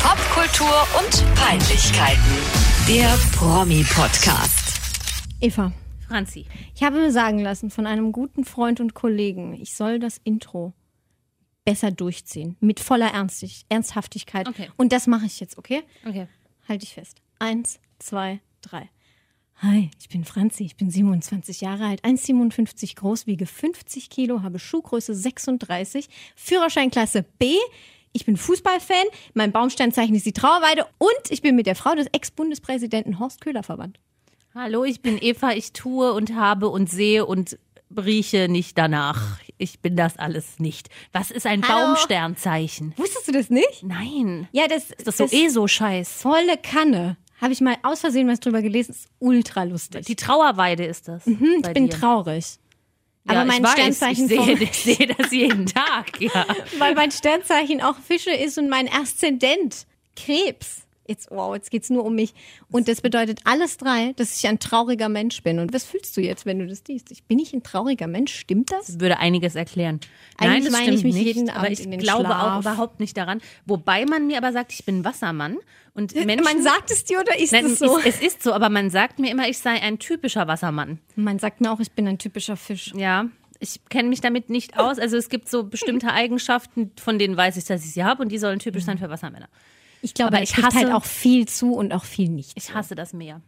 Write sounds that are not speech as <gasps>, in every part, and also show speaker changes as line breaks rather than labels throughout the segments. Popkultur und Peinlichkeiten. Der Promi-Podcast.
Eva,
Franzi.
ich habe mir sagen lassen von einem guten Freund und Kollegen, ich soll das Intro besser durchziehen. Mit voller Ernstig Ernsthaftigkeit.
Okay.
Und das mache ich jetzt, okay?
Okay.
Halte ich fest. Eins, zwei, drei. Hi, ich bin Franzi, ich bin 27 Jahre alt, 1,57 groß, wiege 50 Kilo, habe Schuhgröße 36, Führerscheinklasse B. Ich bin Fußballfan, mein Baumsteinzeichen ist die Trauerweide und ich bin mit der Frau des Ex-Bundespräsidenten Horst Köhler verwandt.
Hallo, ich bin Eva. Ich tue und habe und sehe und rieche nicht danach. Ich bin das alles nicht. Was ist ein
Hallo?
Baumsternzeichen?
Wusstest du das nicht?
Nein.
Ja, das
Ist das so ESO-Scheiß?
volle Kanne. Habe ich mal aus Versehen was drüber gelesen, ist ultra lustig.
Die Trauerweide ist das.
Hm, ich bin traurig.
Ja,
aber mein
ich weiß,
Sternzeichen
Ich sehe,
vom-
ich sehe das jeden Tag. Ja.
Weil mein Sternzeichen auch Fische ist und mein Aszendent Krebs. Jetzt, wow, jetzt geht's nur um mich. Und das bedeutet alles drei, dass ich ein trauriger Mensch bin. Und was fühlst du jetzt, wenn du das liest? Ich, bin ich ein trauriger Mensch? Stimmt das?
würde einiges erklären.
Eigentlich
Nein, das
weine
stimmt
ich mich
nicht,
jeden
aber
Abend
ich
in den
glaube auch
Schlaf.
überhaupt nicht daran. Wobei man mir aber sagt, ich bin Wassermann und
<laughs>
Menschen
Man sagt es dir oder ist
Nein,
es so?
es, es ist so, aber man sagt mir immer, ich sei ein typischer Wassermann.
Man sagt mir auch, ich bin ein typischer Fisch.
Ja, ich kenne mich damit nicht aus. Also es gibt so <laughs> bestimmte Eigenschaften, von denen weiß ich, dass ich sie habe und die sollen typisch sein für Wassermänner.
Ich glaube,
Aber
ich
ich
hasse halt
hasse-
auch viel zu und auch viel nicht.
Ich hasse das Meer.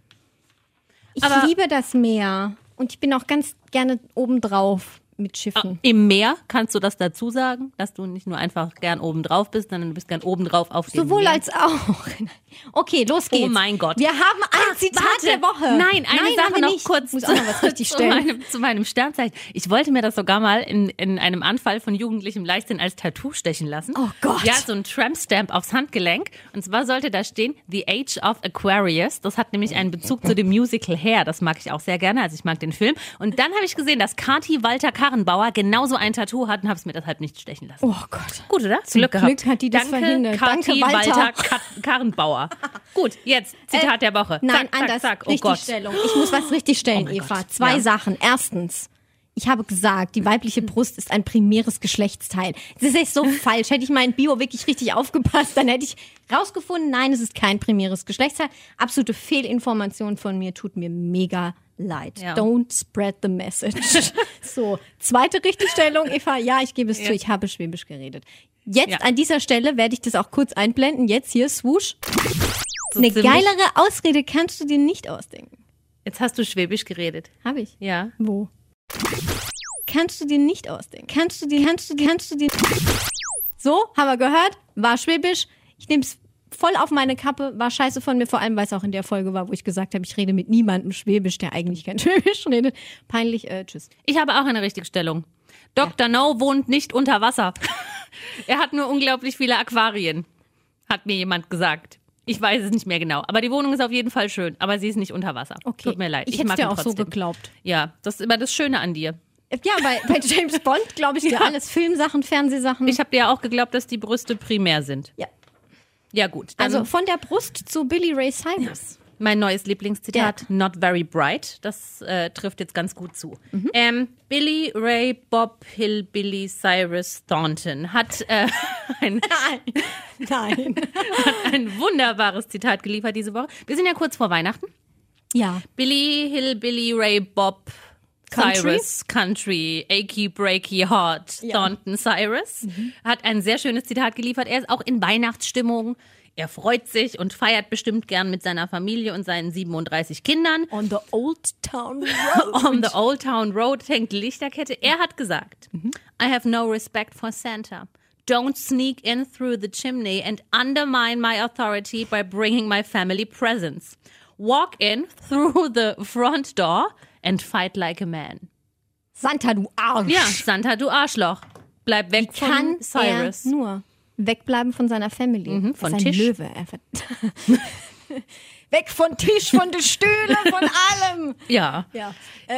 Ich
Aber-
liebe das Meer und ich bin auch ganz gerne obendrauf mit Schiffen.
Ah, Im Meer kannst du das dazu sagen, dass du nicht nur einfach gern oben drauf bist, sondern du bist gern oben drauf auf dem
Sowohl
Meer.
als auch. <laughs> Okay, los geht's.
Oh mein Gott. Ah,
Wir haben ein Zitat
Warte.
der Woche.
Nein, eine
Nein, haben
Sache
wir
noch
nicht.
kurz
Muss
zu,
auch noch
<laughs>
was richtig
zu,
stellen.
meinem, zu meinem Sternzeichen. Ich wollte mir das sogar mal in, in einem Anfall von jugendlichem Leichtsinn als Tattoo stechen lassen.
Oh Gott.
Ja, so ein Tramp-Stamp aufs Handgelenk. Und zwar sollte da stehen The Age of Aquarius. Das hat nämlich einen Bezug zu dem Musical Hair. Das mag ich auch sehr gerne. Also ich mag den Film. Und dann habe ich gesehen, dass Kati Walter Karrenbauer genauso ein Tattoo hat und habe es mir deshalb nicht stechen lassen.
Oh Gott.
Gut, oder?
Zum
Glück gehabt.
Glück hat die das
Danke,
verhindert. Danke,
Kathi
Walter. <laughs> Äh,
Walter Ka- Karrenbauer. Gut, jetzt Zitat der Woche.
Nein,
zack,
anders.
Zack, zack. Oh
richtig
Gott. Oh
Stellung. Ich muss was richtig stellen,
mein
Eva.
Gott.
Zwei
Ja. Mhm.
Sachen. Erstens. Ich habe gesagt, die weibliche Brust ist ein primäres Geschlechtsteil. Das ist
<laughs>
echt so falsch. Hätte ich mein Bio wirklich richtig aufgepasst, dann hätte ich rausgefunden, nein, es ist kein primäres Geschlechtsteil. Absolute Fehlinformation von mir tut mir mega leid.
Ja.
Don't spread the
<laughs>
message. so, zweite Richtigstellung, Eva. Ja, ich gebe es zu, ich habe Schwäbisch geredet. Jetzt
Ja.
an dieser Stelle werde ich das auch kurz einblenden. Jetzt hier, swoosh. Eine
ziemlich-
geilere Ausrede kannst du dir nicht ausdenken.
Jetzt hast du Schwäbisch geredet.
Habe ich.
Ja.
Wo? Kannst du dir nicht ausdenken. Kannst du dir, kannst du, kannst du dir. So, haben wir gehört, war Schwäbisch. Ich nehme es voll auf meine Kappe, war scheiße von mir, vor allem weil es auch in der Folge war, wo ich gesagt habe, ich rede mit niemandem Schwäbisch, der eigentlich kein <laughs> Schwäbisch redet. Peinlich, äh, tschüss.
Ich habe auch eine Richtigstellung. Dr. No wohnt nicht unter Wasser. <laughs> er hat nur unglaublich viele Aquarien. Hat mir jemand gesagt. Ich weiß es nicht mehr genau. Aber die Wohnung ist auf jeden Fall schön. Aber sie ist nicht unter Wasser.
Okay.
Tut mir leid.
Ich,
Ich,
hätte
mag
dir
ihn
auch so
trotzdem.
geglaubt.
Ja, das ist immer das Schöne an dir.
Ja, bei,
<laughs>
bei James Bond glaube ich dir alles. Filmsachen, Fernsehsachen.
Ich habe dir ja auch geglaubt, dass die Brüste primär sind.
Ja.
Ja, gut. Dann
also von der Brust zu Billy Ray
<laughs>
Cyrus.
Mein neues Lieblingszitat, Not Very Bright, das äh, trifft jetzt ganz gut zu. Ähm, Billy Ray Bob Hill Billy Cyrus Thornton hat äh, <laughs> ein,
Nein.
ein wunderbares Zitat geliefert diese Woche. Wir sind ja kurz vor Weihnachten.
ja.
Billy Hill Billy Ray Bob
Country?
Cyrus Country, achy breaky heart,
Ja. Mhm.
Thornton Cyrus, hat ein sehr schönes Zitat geliefert. Er ist auch in Weihnachtsstimmung. Er freut sich und feiert bestimmt gern mit seiner Familie und seinen 37 Kindern.
On the Old
<laughs>
Town Road.
On the Old Town Road hängt Lichterkette. Er hat gesagt, I have no respect for Santa. Don't sneak in through the chimney and undermine my authority by bringing my family presents. Walk in through the front door and fight like a man.
Santa, du Arsch.
Ja, Santa, du Arschloch. Bleib weg von
Kann
Cyrus. Mhm,
er nur wegbleiben von seiner Family. er
von
ist ein
Tisch.
Löwe. Er ver- <laughs> Weg von Tisch, von den Stühlen, von allem.
Ja.
Ja.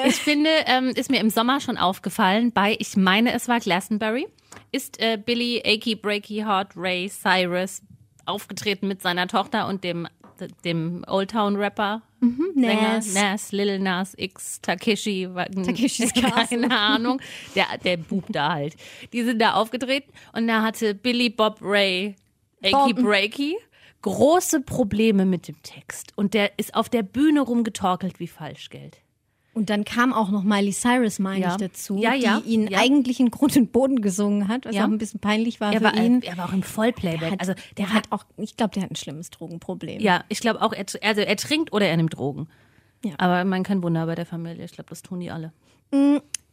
Ich finde, ähm, ist mir im Sommer schon aufgefallen, bei, ich meine, es war Glastonbury, ist äh, Billy Achy Breaky Heart Ray Cyrus aufgetreten mit seiner Tochter und dem, dem Old Town Rapper. Sänger,
Nas.
Nas, Lil Nas X, Takeshi, wa- <laughs>
Takeshis Castle.
keine Ahnung, der, der Bub da halt. Die sind da aufgetreten und da hatte Billy Bob Ray Achy
Bob.
Breaky große Probleme mit dem Text und der ist auf der Bühne rumgetorkelt wie Falschgeld.
Und dann kam auch noch Miley Cyrus, meine
Ja.
ich, dazu,
Ja, ja,
die ihn
ja.
eigentlich in Grund und Boden gesungen hat, was
Ja.
auch ein bisschen peinlich war
Er
für
war,
ihn.
er war auch im Vollplayback.
Der hat-
also
der hat auch, ich glaube, der hat ein schlimmes Drogenproblem.
Ja, ich glaube auch, er, tr- also er trinkt oder er nimmt Drogen.
Ja.
Aber man kann Wunder bei der Familie. Ich glaube, das tun die alle.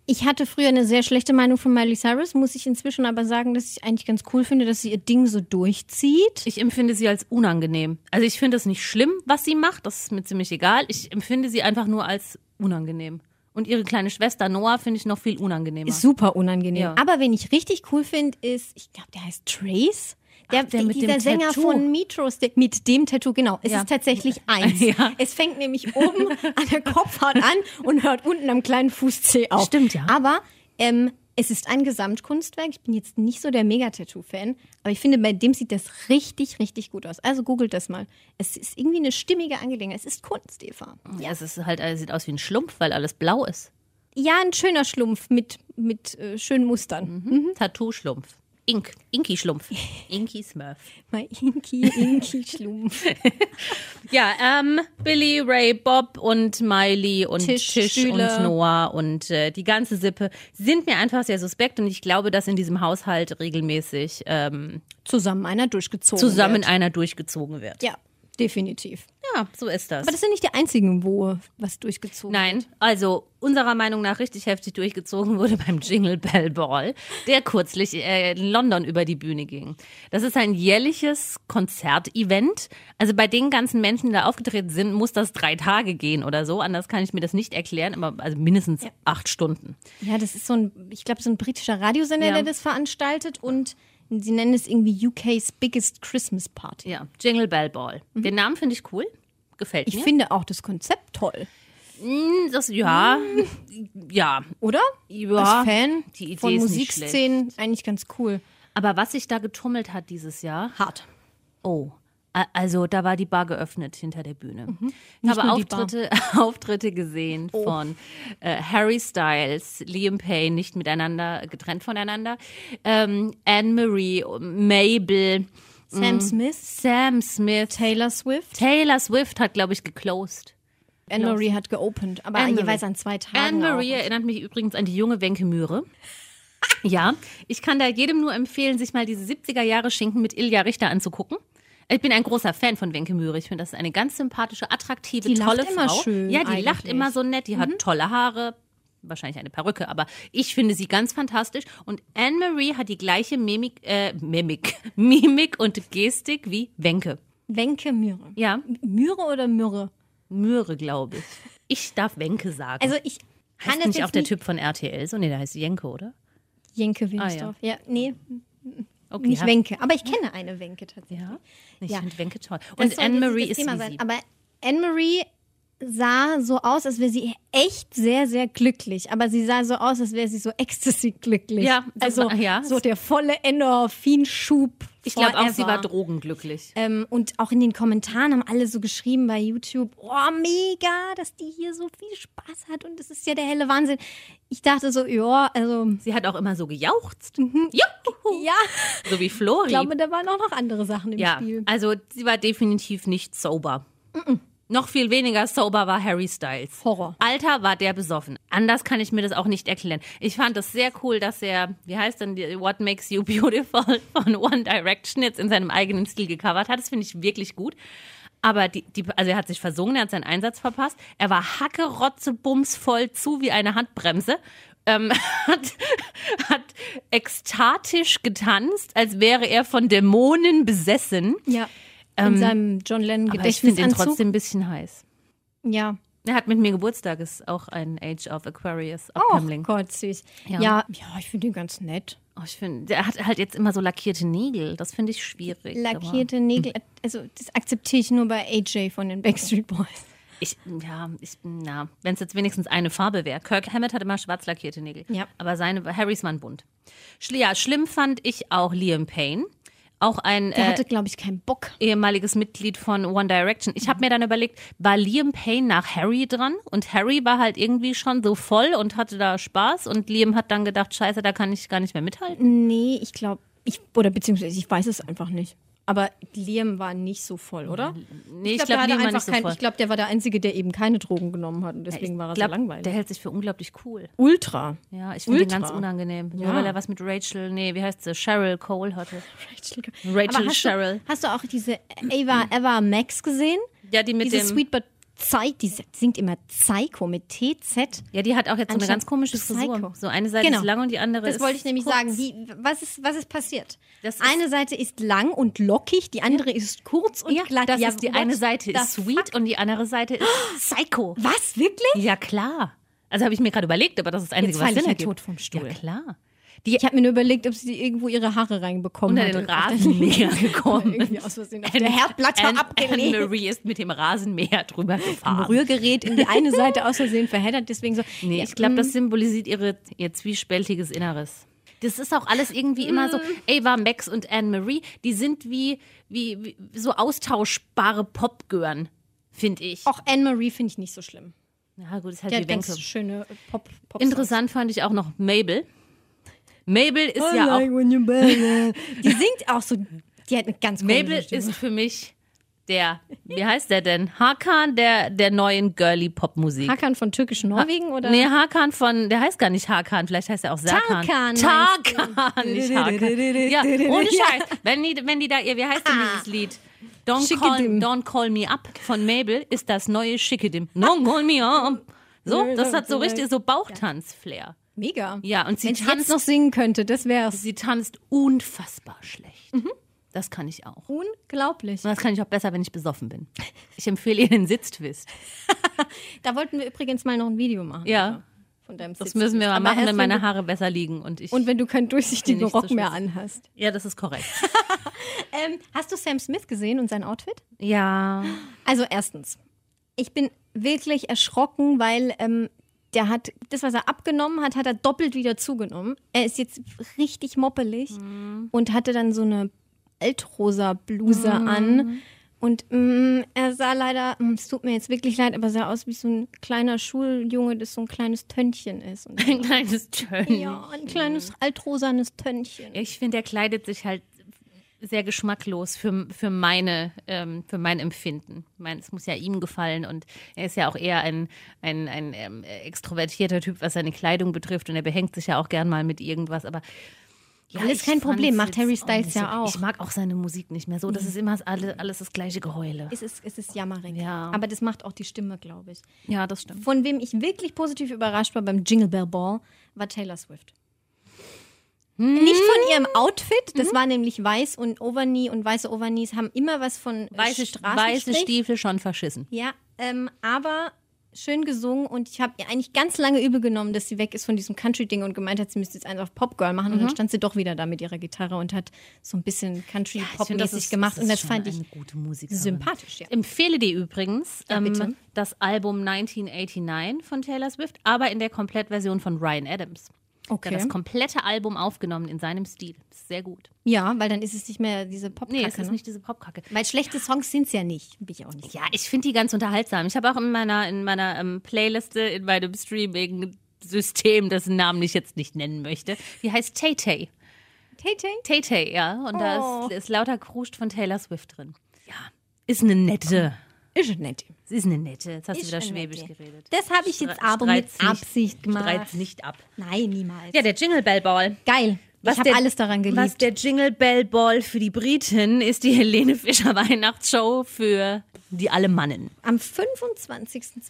Ich hatte früher eine sehr schlechte Meinung von Miley Cyrus, muss ich inzwischen aber sagen, dass ich eigentlich ganz cool finde, dass sie ihr Ding so durchzieht.
Ich empfinde sie als unangenehm. Also ich finde es nicht schlimm, was sie macht. Das ist mir ziemlich egal. Ich empfinde sie einfach nur als unangenehm. Und ihre kleine Schwester Noah finde ich noch viel unangenehmer.
Ist super unangenehm.
Ja.
Aber wen ich richtig cool finde, ist, ich glaube, der heißt Trace. Der,
Ach, der
die-
mit dem
dieser Sänger
Tattoo.
von Metros, der, mit dem Tattoo, genau. Es
Ja.
ist tatsächlich eins.
<laughs> Ja.
Es fängt nämlich oben an der Kopfhaut an und hört unten am kleinen Fußzeh auf.
Stimmt, ja.
Aber ähm, es ist ein Gesamtkunstwerk. Ich bin jetzt nicht so der Mega-Tattoo-Fan, aber ich finde, bei dem sieht das richtig, richtig gut aus. Also googelt das mal. Es ist irgendwie eine stimmige Angelegenheit. Es ist Kunst, Eva.
ja, es ist halt, es sieht aus wie ein Schlumpf, weil alles blau ist.
Ja, ein schöner Schlumpf mit, mit äh, schönen Mustern.
Mhm. Hm? Tattoo-Schlumpf. Ink. <laughs> Inky-Schlumpf. Inky Smurf.
Mal Inki, Inki Schlumpf.
Ja, ähm, Billy, Ray, Bob und Miley und
Tisch,
Tisch,
Stühle.
und Noah und äh, die ganze Sippe sind mir einfach sehr suspekt und ich glaube, dass in diesem Haushalt regelmäßig ähm,
Zusammen einer durchgezogen.
zusammen
Wird.
einer durchgezogen wird.
Ja, definitiv.
Ja, so ist das.
Aber das sind nicht die einzigen, wo was durchgezogen
Nein, also unserer Meinung nach richtig heftig durchgezogen wurde beim Jingle Bell Ball, der kürzlich äh, in London über die Bühne ging. Das ist ein jährliches Konzertevent. Also bei den ganzen Menschen, die da aufgetreten sind, muss das drei Tage gehen oder so. Anders kann ich mir das nicht erklären, aber also mindestens acht Stunden.
Ja, das ist so ein, ich glaube, so ein britischer Radiosender,
Ja.
der das veranstaltet und sie nennen es irgendwie UK's Biggest Christmas Party.
Ja, Jingle Bell Ball. Den Namen finde ich cool. Gefällt
Mhm. Ich
mir.
finde auch das Konzept toll,
Hm, das, ja, ja,
oder?
ja.
Als Fan
die Idee
von
ist nicht
Musikszenen eigentlich ganz cool.
Aber was sich da getummelt hat dieses Jahr,
Hart.
Oh, a- also da war die Bar geöffnet hinter der Bühne. Ich
Nicht
habe
nur Mhm. die Bar. Oh.
Auftritte, <laughs> Auftritte gesehen von äh, Harry Styles, Liam Payne, nicht miteinander, getrennt voneinander, ähm, Anne-Marie, Mabel,
Sam Smith,
Sam Smith,
Taylor Swift,
Taylor Swift hat, glaube ich, geclosed.
Anne-Marie hat geopend, aber
Anne-Marie.
jeweils an zwei Tagen.
Anne-Marie
auch.
erinnert mich übrigens an die junge
<laughs>
Wenke Mühre. Ja, ich kann da jedem nur empfehlen, sich mal diese 70er-Jahre-Schinken mit Ilja Richter anzugucken. Ich bin ein großer Fan von Wenke Mühre. Ich finde, das ist eine ganz sympathische, attraktive,
Die lacht
tolle
immer
Frau.
schön
ja, die lacht
eigentlich. Mhm.
immer so nett, die hat tolle Haare, wahrscheinlich eine Perücke, aber ich finde sie ganz fantastisch. Und Anne-Marie hat die gleiche Mimik, äh, Mimik, <laughs> Mimik und Gestik wie Wenke.
Wenke Mühre.
Ja,
Mühre oder Mürre?
Mühre, glaube ich. Ich darf Wenke sagen.
Also ich kann
Heißt
das
nicht
jetzt
auch der
nicht-
Typ von RTL so? Nee, der heißt Jenke, oder?
Jenke Wilmsdorf. ja. nee, nicht
ja.
Wenke. Aber ich kenne eine Wenke tatsächlich.
Ja. Ich
Ja.
finde Wenke toll.
Das
Und
sollte
Anne-Marie
jetzt das
ist
Thema
wie
sein.
sie.
Aber Anne-Marie sah so aus, als wäre sie echt sehr, sehr glücklich. Aber sie sah so aus, als wäre sie so ecstasy glücklich.
Ja, das
also
war- ja.
so der volle Endorphinschub.
Ich glaube auch, sie
forever.
war drogenglücklich.
Ähm, und auch in den Kommentaren haben alle so geschrieben bei YouTube, oh mega, dass die hier so viel Spaß hat und das ist ja der helle Wahnsinn. Ich dachte so, ja, also
Sie hat auch immer so gejauchzt. Juhu.
ja,
So wie
Mhm. ich
Flori.
glaube, da waren auch noch andere Sachen im
ja,
Spiel.
also sie war definitiv nicht sober. Noch viel weniger sober war Harry Styles.
Horror.
Alter war der besoffen. Anders kann ich mir das auch nicht erklären. Ich fand das sehr cool, dass er, wie heißt denn, die What Makes You Beautiful <laughs> von One Direction jetzt in seinem eigenen Stil gecovert hat. Das finde ich wirklich gut. Aber die, die, also er hat sich versungen, er hat seinen Einsatz verpasst. Er war hacke, rotze, bumsvoll zu wie eine Handbremse. Ähm, <laughs> hat, hat ekstatisch getanzt, als wäre er von Dämonen besessen.
Ja. in seinem John Lennon
Ähm, Aber ich finde ihn
Gedächtnisanzug.
trotzdem ein bisschen heiß.
Ja.
Er hat mit mir Geburtstag, ist auch ein Age of Aquarius
Oh
Abkömmling.
Gott, süß. Ja,
Ja.
ja, ich finde ihn ganz nett.
Oh, ich finde, der hat halt jetzt immer so lackierte Nägel. Das finde ich schwierig.
Lackierte Nägel, also das akzeptiere ich nur bei AJ von den Backstreet Boys.
Aber Ich, ja, ich, na, wenn es jetzt wenigstens eine Farbe wäre. Kirk Hammett hat immer schwarz lackierte Nägel.
Ja.
Aber seine, Harrys waren bunt. Schli- Ja, schlimm fand ich auch Liam Payne. Auch ein
Der
äh,
hatte, glaube ich, keinen Bock.
ehemaliges Mitglied von One Direction. Ich habe mir dann überlegt, war Liam Payne nach Harry dran? Und Harry war halt irgendwie schon so voll und hatte da Spaß. Und Liam hat dann gedacht, scheiße, da kann ich gar nicht mehr mithalten.
Nee, ich glaube, ich, oder beziehungsweise ich weiß es einfach nicht. Aber Liam war nicht so voll, oder?
Nee, ich
der
glaube,
hatte
glaub, Liam war
einfach
nicht so
kein-
voll.
Ich glaube, der war der Einzige, der eben keine Drogen genommen hat und deswegen war er
glaub,
so langweilig.
Der hält sich für unglaublich cool.
Ultra.
Ja, ich finde den
Ultra.
ganz unangenehm. Nur
Ja.
weil er was mit Rachel, nee, wie heißt sie? Cheryl Cole hatte.
Rachel,
Rachel
Aber hast
Cheryl.
Du, hast du auch diese Ava, Ava Max gesehen?
Ja, die mit
diese
dem.
Sweet But Zeit, die singt immer Psycho mit TZ.
ja, die hat auch jetzt so eine
Anstatt
ganz komische
Psycho.
Frisur. So eine Seite
Genau.
ist lang und die andere ist.
Das wollte ich nämlich
kurz.
sagen. Wie, was, ist, was ist passiert?
Das ist-
eine Seite ist lang und lockig, die andere ist kurz und
ja,
glatt.
Das
Ja,
ist die
what
eine Seite
the
ist sweet
fuck?
und die andere
<gasps>
Seite ist Psycho.
Was, wirklich?
Ja, klar. Also habe ich mir gerade überlegt, aber das ist das Einzige,
Jetzt
was
fall
Sinn
ich hier
ergibt.
tot vom Stuhl.
Ja, klar.
Ich habe mir nur überlegt, ob sie irgendwo ihre Haare reinbekommen
Unter
hat.
den Rasenmäher gekommen.
Irgendwie aus Versehen auf der Herdplatte
Anne-
abgenäht.
Anne-Marie ist mit dem Rasenmäher
<laughs>
drüber gefahren.
Rührgerät in die eine Seite aus Versehen verheddert, deswegen so.
Nee, ich hm. glaube, das symbolisiert ihre, ihr zwiespältiges Inneres. Hm. Das ist auch alles irgendwie immer so, Ava Max und Anne-Marie, die sind wie, wie, wie so austauschbare Popgören, finde ich.
Auch Anne-Marie finde ich nicht so schlimm.
Ja Oh. gut, ist halt
Der
die
hat ganz
Wenke.
schöne pop pop
Interessant fand ich auch noch Mabel. Mabel ist
I
ja auch,
like when you bang it. <laughs> Die singt auch so, die hat eine ganz komische
Mabel
Stimme.
ist für mich der, wie heißt der denn? Hakan der, der neuen Girly-Pop-Musik.
Hakan von türkisch-norwegen oder?
Nee, Hakan von, der heißt gar nicht Hakan, vielleicht heißt er auch Serkan.
Tarkan meinst du?
Tarkan, nicht Hakan. Ja, ohne
Ja. Ah.
Scheiß. Wenn die, wenn die da, ihr, wie heißt denn dieses Lied? Don't call,
Schickedim.
don't call Me Up von Mabel ist das neue Schickedim. Don't call me up. So, das hat so richtig so Bauchtanz-Flair.
Mega.
Ja, und sie
Wenn ich jetzt
tanzt
noch singen könnte, das wär's.
Sie tanzt unfassbar schlecht. Mhm. Das kann ich auch. Und
Unglaublich.
das kann ich auch besser, wenn ich besoffen bin. Ich empfehle ihr den Sitztwist.
Da wollten wir übrigens mal noch ein Video machen. ne,
Ja.
Von deinem
Das müssen wir mal
Aber
machen,
erst,
wenn meine
du-
Haare besser liegen und ich.
Und wenn du keinen durchsichtigen
Nicht so
Rock mehr
schlimm.
anhast.
ja, das ist korrekt.
Ähm, hast du Sam Smith gesehen und sein Outfit?
Ja.
Also erstens, ich bin wirklich erschrocken, weil ähm, der hat das, was er abgenommen hat, hat er doppelt wieder zugenommen. Er ist jetzt richtig moppelig und hatte dann so eine altrosa Bluse an. Und mm, er sah leider, mm, es tut mir jetzt wirklich leid, aber sah aus wie so ein kleiner Schuljunge, das so ein kleines Tönnchen ist. Und
<laughs> Ein kleines Turn.
ja, ein kleines altrosanes Tönnchen.
Ich finde, der kleidet sich halt sehr geschmacklos für, für, meine, ähm, für mein Empfinden. Ich meine, es muss ja ihm gefallen und er ist ja auch eher ein, ein, ein ähm, extrovertierter Typ, was seine Kleidung betrifft und er behängt sich ja auch gern mal mit irgendwas, aber ja,
Alles
ich
kein
fand's
Problem, macht
jetzt
Harry
auch
Styles
nicht so-
ja auch.
Ich mag auch Mhm. seine Musik nicht mehr so, das ist immer alles, alles das gleiche Geheule.
Es ist, es ist jammerig.
Ja.
Aber das macht auch die Stimme, glaube ich.
Ja, das stimmt.
Von wem ich wirklich positiv überrascht war beim Jingle Bell Ball, war Taylor Swift.
Hm.
Nicht von ihrem Outfit,
Mhm.
das war nämlich weiß und Overknee und weiße Overknees haben immer was von äh,
Weiße, weiße
Straßenstrich.
Stiefel schon verschissen.
Ja, ähm, aber schön gesungen und ich habe ihr eigentlich ganz lange übel genommen, dass sie weg ist von diesem Country-Ding und gemeint hat, sie müsste jetzt einfach Popgirl machen und dann stand sie doch wieder da mit ihrer Gitarre und hat so ein bisschen
Mhm. Ich finde, das
Country-Pop-mäßig
ist-
gemacht
das
und
ist
das
schon
fand ich
eine gute Musikerin.
sympathisch. Ja.
Empfehle dir übrigens
Ja, bitte.
ähm, das Album 1989 von Taylor Swift, aber in der Komplettversion von Ryan Adams. Der hat
Okay.
das komplette Album aufgenommen in seinem Stil. Ist sehr gut.
ja, weil dann ist es nicht mehr diese Popkacke.
Nee, es ist
ne?
nicht diese Popkacke.
Weil schlechte Songs sind es ja nicht, bin ich auch nicht.
Ja, ich finde die ganz unterhaltsam. Ich habe auch in meiner, in meiner ähm, Playliste, in meinem Streaming-System, dessen Namen ich jetzt nicht nennen möchte, die heißt Tay Tay.
Tay Tay?
Tay Tay, ja. Und da
Oh.
ist, ist lauter Kruscht von Taylor Swift drin. Ja, ist eine nette.
Ist nett.
Sie ist eine nette. Jetzt hast
Ist
du wieder
eine
Schwäbisch
nette.
geredet.
Das habe ich jetzt
Stre-
aber mit
streit's nicht.
Absicht gemacht.
Streit's nicht ab.
Nein, niemals.
Ja, der Jingle Bell Ball.
Geil. ich habe
der-
alles daran
Was
geliebt.
der Jingle Bell Ball für die Briten ist die Helene Fischer Weihnachtsshow für die Alemannen.
Am 25.12.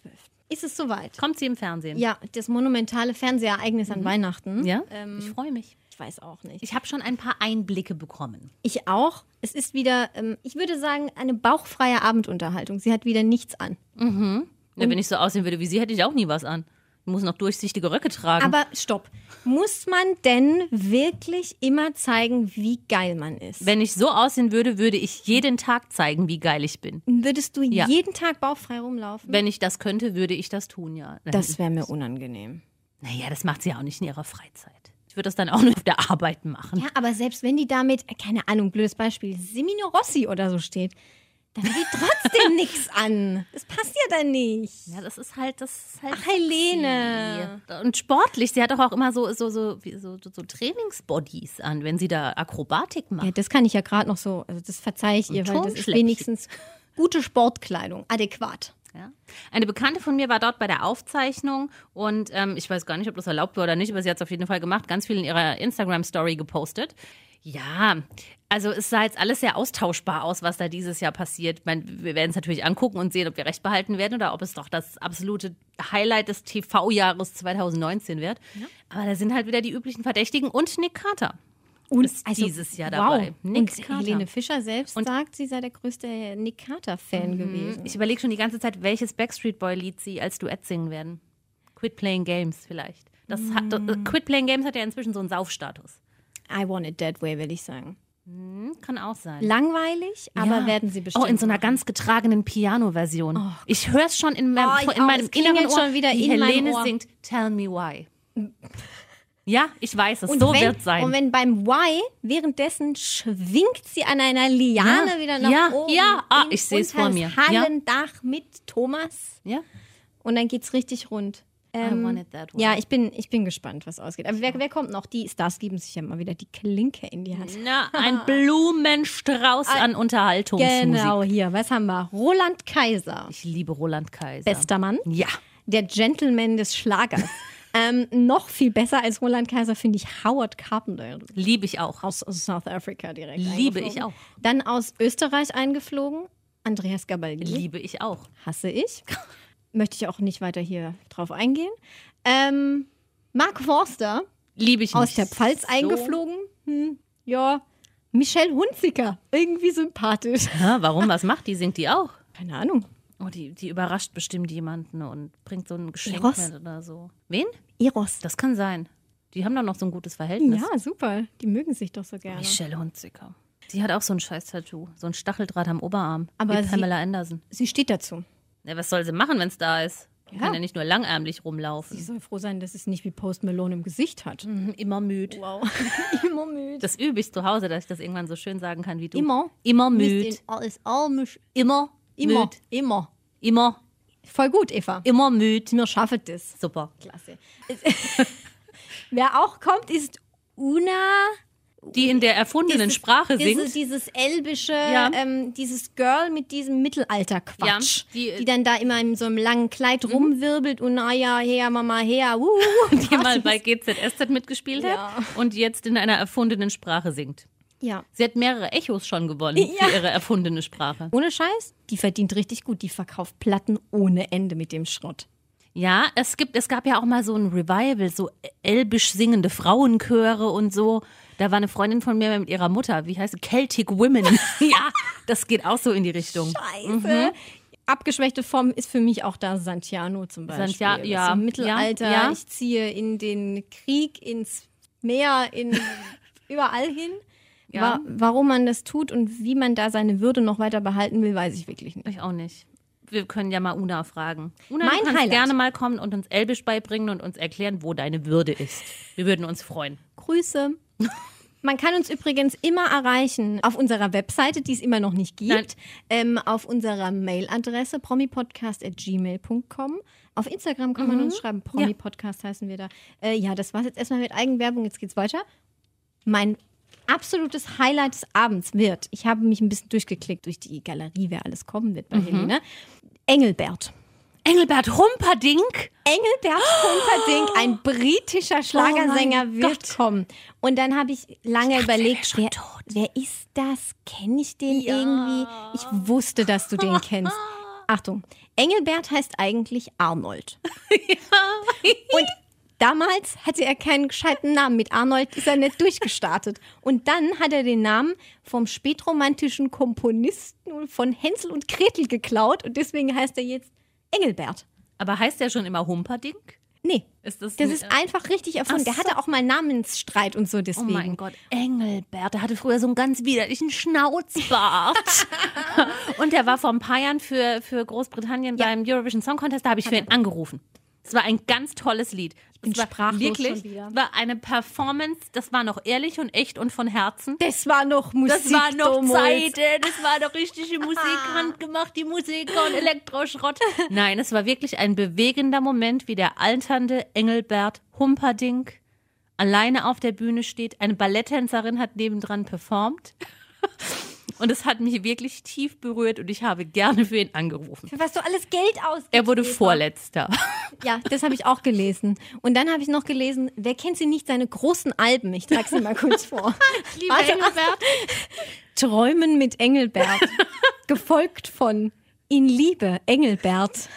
ist es soweit.
Kommt sie im Fernsehen?
Ja, das monumentale Fernsehereignis an Weihnachten.
Ja?
Ähm,
ich freue mich.
Mhm. ich weiß auch nicht.
Ich habe schon ein paar Einblicke bekommen.
Ich auch. Es ist wieder, ähm, ich würde sagen, eine bauchfreie Abendunterhaltung. Sie hat wieder nichts an.
Ja, wenn ich so aussehen würde wie sie, hätte ich auch nie was an. Ich muss noch durchsichtige Röcke tragen.
Aber stopp. Muss man denn wirklich immer zeigen, wie geil man ist?
wenn ich so aussehen würde, würde ich jeden Tag zeigen, wie geil ich bin.
Würdest du
Ja.
jeden Tag bauchfrei rumlaufen?
Wenn ich das könnte, würde ich das tun, ja.
Das wäre mir unangenehm.
naja, das macht sie ja auch nicht in ihrer Freizeit. Ich würde das dann auch nur auf der Arbeit machen.
äh, Ja, aber selbst wenn die damit, keine Ahnung, blödes Beispiel, Semino Rossi oder so steht, Dann geht
<laughs>
trotzdem nichts an. Das passt ja dann nicht.
Ja, das ist halt, das ist halt.
Ach, Helene.
Und sportlich, sie hat doch auch immer so, so, so, wie- so, so, so Trainingsbodies an, wenn sie da Akrobatik macht.
Ja, das kann ich ja gerade noch so, also das verzeihe ich ihr, weil das ist
Turmschläppchen.
wenigstens gute Sportkleidung, adäquat.
Ja. Eine Bekannte von mir war dort bei der Aufzeichnung und ähm, ich weiß gar nicht, ob das erlaubt war oder nicht, aber sie hat es auf jeden Fall gemacht, ganz viel in ihrer Instagram-Story gepostet. Ja, also es sah jetzt alles sehr austauschbar aus, was da dieses Jahr passiert. Ich meine, wir werden es natürlich angucken und sehen, ob wir recht behalten werden oder ob es doch das absolute Highlight des TV-Jahres 2019 wird. Aber da sind halt wieder die üblichen Verdächtigen und Nick Carter.
Und also,
Ist dieses Jahr dabei. Nick
und
Carter.
Helene Fischer selbst sagt, sie sei der größte Nick Carter-Fan gewesen.
Mhm. Ich überlege schon die ganze Zeit, welches Backstreet Boy-Lied sie als Duett singen werden. Quit Playing Games vielleicht. Das hat,
Mm.
äh, Quit Playing Games hat ja inzwischen so einen Saufstatus.
I want it that way, will ich sagen.
Hm, Kann auch sein.
Langweilig, aber
Ja.
werden sie bestimmt.
Oh, in so einer
machen.
ganz getragenen Piano-Version. Ich höre es schon in meinem,
Oh, ich-
in
oh,
meinem
es klingelt
inneren Ohr,
schon wieder
wie
in meinem
Helene
Ohr.
singt Tell
<laughs>
Me Why. Ja, ich weiß es. so
wenn,
wird sein.
Und wenn beim Why währenddessen schwingt sie an einer Liane
Ja,
wieder nach
ja,
oben.
ja. Ah,
in-
ich seh's
unter
vor
das
mir. Ja.
Hallendach mit Thomas.
ja?
Und dann geht's richtig rund. Ähm,
I want it that way.
Ja, ich bin, ich bin gespannt, was ausgeht. Aber wer, wer kommt noch? Die Stars geben sich ja mal wieder die Klinke in die Hand.
Na, ein Blumenstrauß an Unterhaltungsmusik.
ah. Genau hier, was haben wir? Roland Kaiser,
Ich liebe Roland Kaiser.
bester Mann,
Ja.
der Gentleman des
<laughs>
Schlagers. ähm, noch viel besser als Roland Kaiser finde ich Howard Carpenter
Liebe ich auch.
aus South Africa direkt.
Liebe
eingeflogen.
ich auch.
Dann aus Österreich eingeflogen, Andreas Gabaldini.
Liebe ich auch.
Hasse ich. <laughs> Möchte ich auch nicht weiter hier drauf eingehen. Ähm, Mark Forster,
Liebe ich
aus
nicht.
der Pfalz
So.
eingeflogen. Hm, ja. Michelle Hunziker, irgendwie sympathisch.
Ja, warum? Was macht die? Singt die auch?
Keine Ahnung.
Oh, die, die überrascht bestimmt jemanden und bringt so ein Geschenk
Eros?
mit oder so. Wen?
Eros.
Das kann sein. Die haben doch noch so ein gutes Verhältnis.
Ja, super. Die mögen sich doch so gerne.
Michelle Hunziker. Die hat auch so ein scheiß Tattoo. So ein Stacheldraht am Oberarm.
Aber
wie
sie-
Pamela Anderson.
Sie steht dazu.
Ja, was soll sie machen, wenn es da ist? Die
Ja.
Kann ja nicht nur langärmlich rumlaufen.
Sie soll froh sein, dass es nicht wie Post Malone im Gesicht hat.
Immer müde. <laughs>
Wow. Immer müde.
Das übe ich zu Hause, dass ich das irgendwann so schön sagen kann wie du.
Immer.
Immer
Müde.
müde.
Alles all misch-
Immer.
Immer.
Müd.
Immer.
Immer.
Voll gut, Eva.
Immer müde.
Mir schafft es.
Super.
Klasse. <laughs> Wer auch kommt, ist Una.
Die in der erfundenen
dieses-
Sprache
diese-
singt.
Dieses elbische,
Ja.
ähm, dieses Girl mit diesem Mittelalter-Quatsch,
Ja, die- äh, Mhm.
die, dann da immer in so einem langen Kleid rumwirbelt und naja, her, Mama, her, uh, wuh,
<laughs>
wuh,
<laughs> die mal bei GZSZ mitgespielt
Ja.
hat und jetzt in einer erfundenen Sprache singt.
Ja,
Sie hat mehrere Echos schon gewonnen
Ja.
für ihre erfundene Sprache.
ohne Scheiß, die verdient richtig gut, die verkauft Platten ohne Ende mit dem Schrott.
Ja, es gibt, es gab ja auch mal so ein Revival, so elbisch singende Frauenchöre und so. Da war eine Freundin von mir mit ihrer Mutter, wie heißt sie? Celtic Women. <laughs> ja, das geht auch so in die Richtung.
Scheiße. Mhm. Abgeschwächte Form ist für mich auch da Santiano zum Beispiel.
Santia-
Das
ja,
ist Im Mittelalter,
ja, ja.
ich ziehe in den Krieg, ins Meer,
<laughs>
in überall hin.
Ja.
Wa warum man das tut und wie man da seine Würde noch weiter behalten will, weiß ich wirklich nicht.
Ich auch nicht. Wir können ja mal Una fragen. Una,
Mein
du kannst
Highlight.
gerne mal kommen und uns Elbisch beibringen und uns erklären, wo deine Würde ist. Wir würden uns freuen.
Grüße. Man kann uns übrigens immer erreichen auf unserer Webseite, die es immer noch nicht
Nein.
gibt, ähm, auf unserer Mailadresse promipodcast.gmail.com. Auf Instagram kann man uns schreiben, promipodcast heißen wir da. Äh, ja, das war's jetzt erstmal mit Eigenwerbung, jetzt geht's weiter. Mein absolutes Highlight des Abends wird, ich habe mich ein bisschen durchgeklickt durch die Galerie, wer alles kommen wird bei Helene, Engelbert.
Engelbert Humperdink?
Engelbert Humperdinck,
<gasps>
ein britischer Schlagersänger,
Oh mein
wird kommen. Und dann habe ich lange überlegt,
schon
wer,
tot.
wer ist das? Kenne ich den irgendwie? Ich wusste, dass du den
<laughs>
kennst. Achtung, Engelbert heißt eigentlich
<laughs>
Arnold. Und damals hatte er keinen gescheiten Namen. Mit Arnold ist er nicht durchgestartet. Und dann hat er den Namen vom spätromantischen Komponisten von Hänsel und Gretel geklaut. Und deswegen heißt er jetzt Engelbert.
Aber heißt der schon immer Humperdink?
Nee,
Ist das,
das
ne-
ist einfach richtig erfunden.
Ach
Der hatte auch mal Namensstreit und so
Oh
deswegen.
mein Gott, Engelbert, der hatte früher so einen ganz widerlichen Schnauzbart. und der war vor ein paar Jahren für, für Großbritannien beim Eurovision Song Contest, da habe ich für ihn angerufen. Es war ein ganz tolles Lied. Ich
bin
es war
sprachlos
wirklich,
schon wieder.
es war eine Performance, das war noch ehrlich und echt und von Herzen.
Das war noch Musik.
Das war noch
damals.
Zeit, äh, das war noch <laughs> richtige Musik, handgemacht, die Musik und Elektroschrott. <laughs> Nein, es war wirklich ein bewegender Moment, wie der alternde Engelbert Humperdinck alleine auf der Bühne steht. Eine Balletttänzerin hat nebendran performt. Und es hat mich wirklich tief berührt und ich habe gerne für ihn angerufen.
Für was du alles Geld aus.
Er wurde Vorletzter.
Ja, das habe ich auch gelesen. Und dann habe ich noch gelesen, wer kennt sie nicht, seine großen Alben. Ich trage sie mal kurz vor.
Lieber
Warte,
Engelbert.
Träumen mit Engelbert. Gefolgt von In Liebe, Engelbert.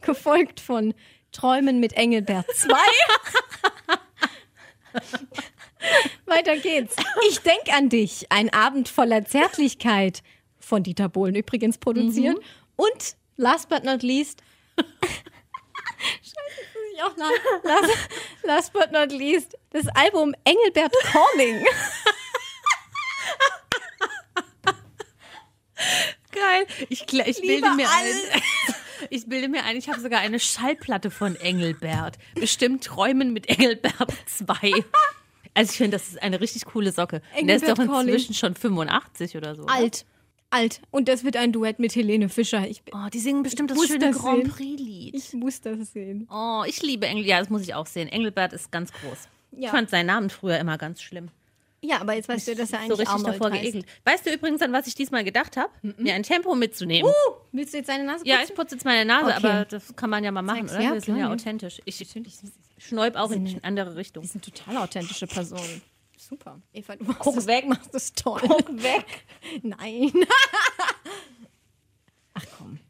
Gefolgt von Träumen mit Engelbert 2. Weiter geht's. Ich denk an dich. Ein Abend voller Zärtlichkeit. Von Dieter Bohlen übrigens produziert. Und last but not least. Scheiße, das muss ich auch nach- last, <laughs> last but not least. Das Album Engelbert Calling.
Geil. Ich, gl- ich bilde
liebe
mir
alles.
ein. <laughs> Ich bilde mir ein, ich habe sogar eine Schallplatte von Engelbert. Bestimmt Träumen mit Engelbert 2. Also ich finde, das ist eine richtig coole Socke. Und der ist doch
Engelbert Calling.
inzwischen schon 85 oder so. oder?
<laughs> Alt. Alt. Und das wird ein Duett mit Helene Fischer. Ich,
Oh, die singen bestimmt das
muss
schöne
das
Grand
sehen.
Prix-Lied.
ich muss das sehen.
Oh, ich liebe Engel. Ja, das muss ich auch sehen. Engelbert ist ganz groß.
Ja.
Ich fand seinen Namen früher immer ganz schlimm.
Ja, aber jetzt weißt du, dass er
So
eigentlich
richtig
Arnold
davor
heißt.
geekelt. Weißt du übrigens, an was ich diesmal gedacht habe? Mir ein Tempo mitzunehmen.
Uh, willst du jetzt seine Nase
Ja,
putzen?
ich putze jetzt meine Nase,
Okay.
aber das kann man ja mal machen,
Zeig's,
oder?
ja,
Wir sind ja
klar, ja.
authentisch. Ich schneub auch in eine andere Richtung.
Die sind total authentische Personen. Super. Eva, du machst
Guck
das,
weg.
machst das toll. <laughs>
weg.
Nein. Ach komm.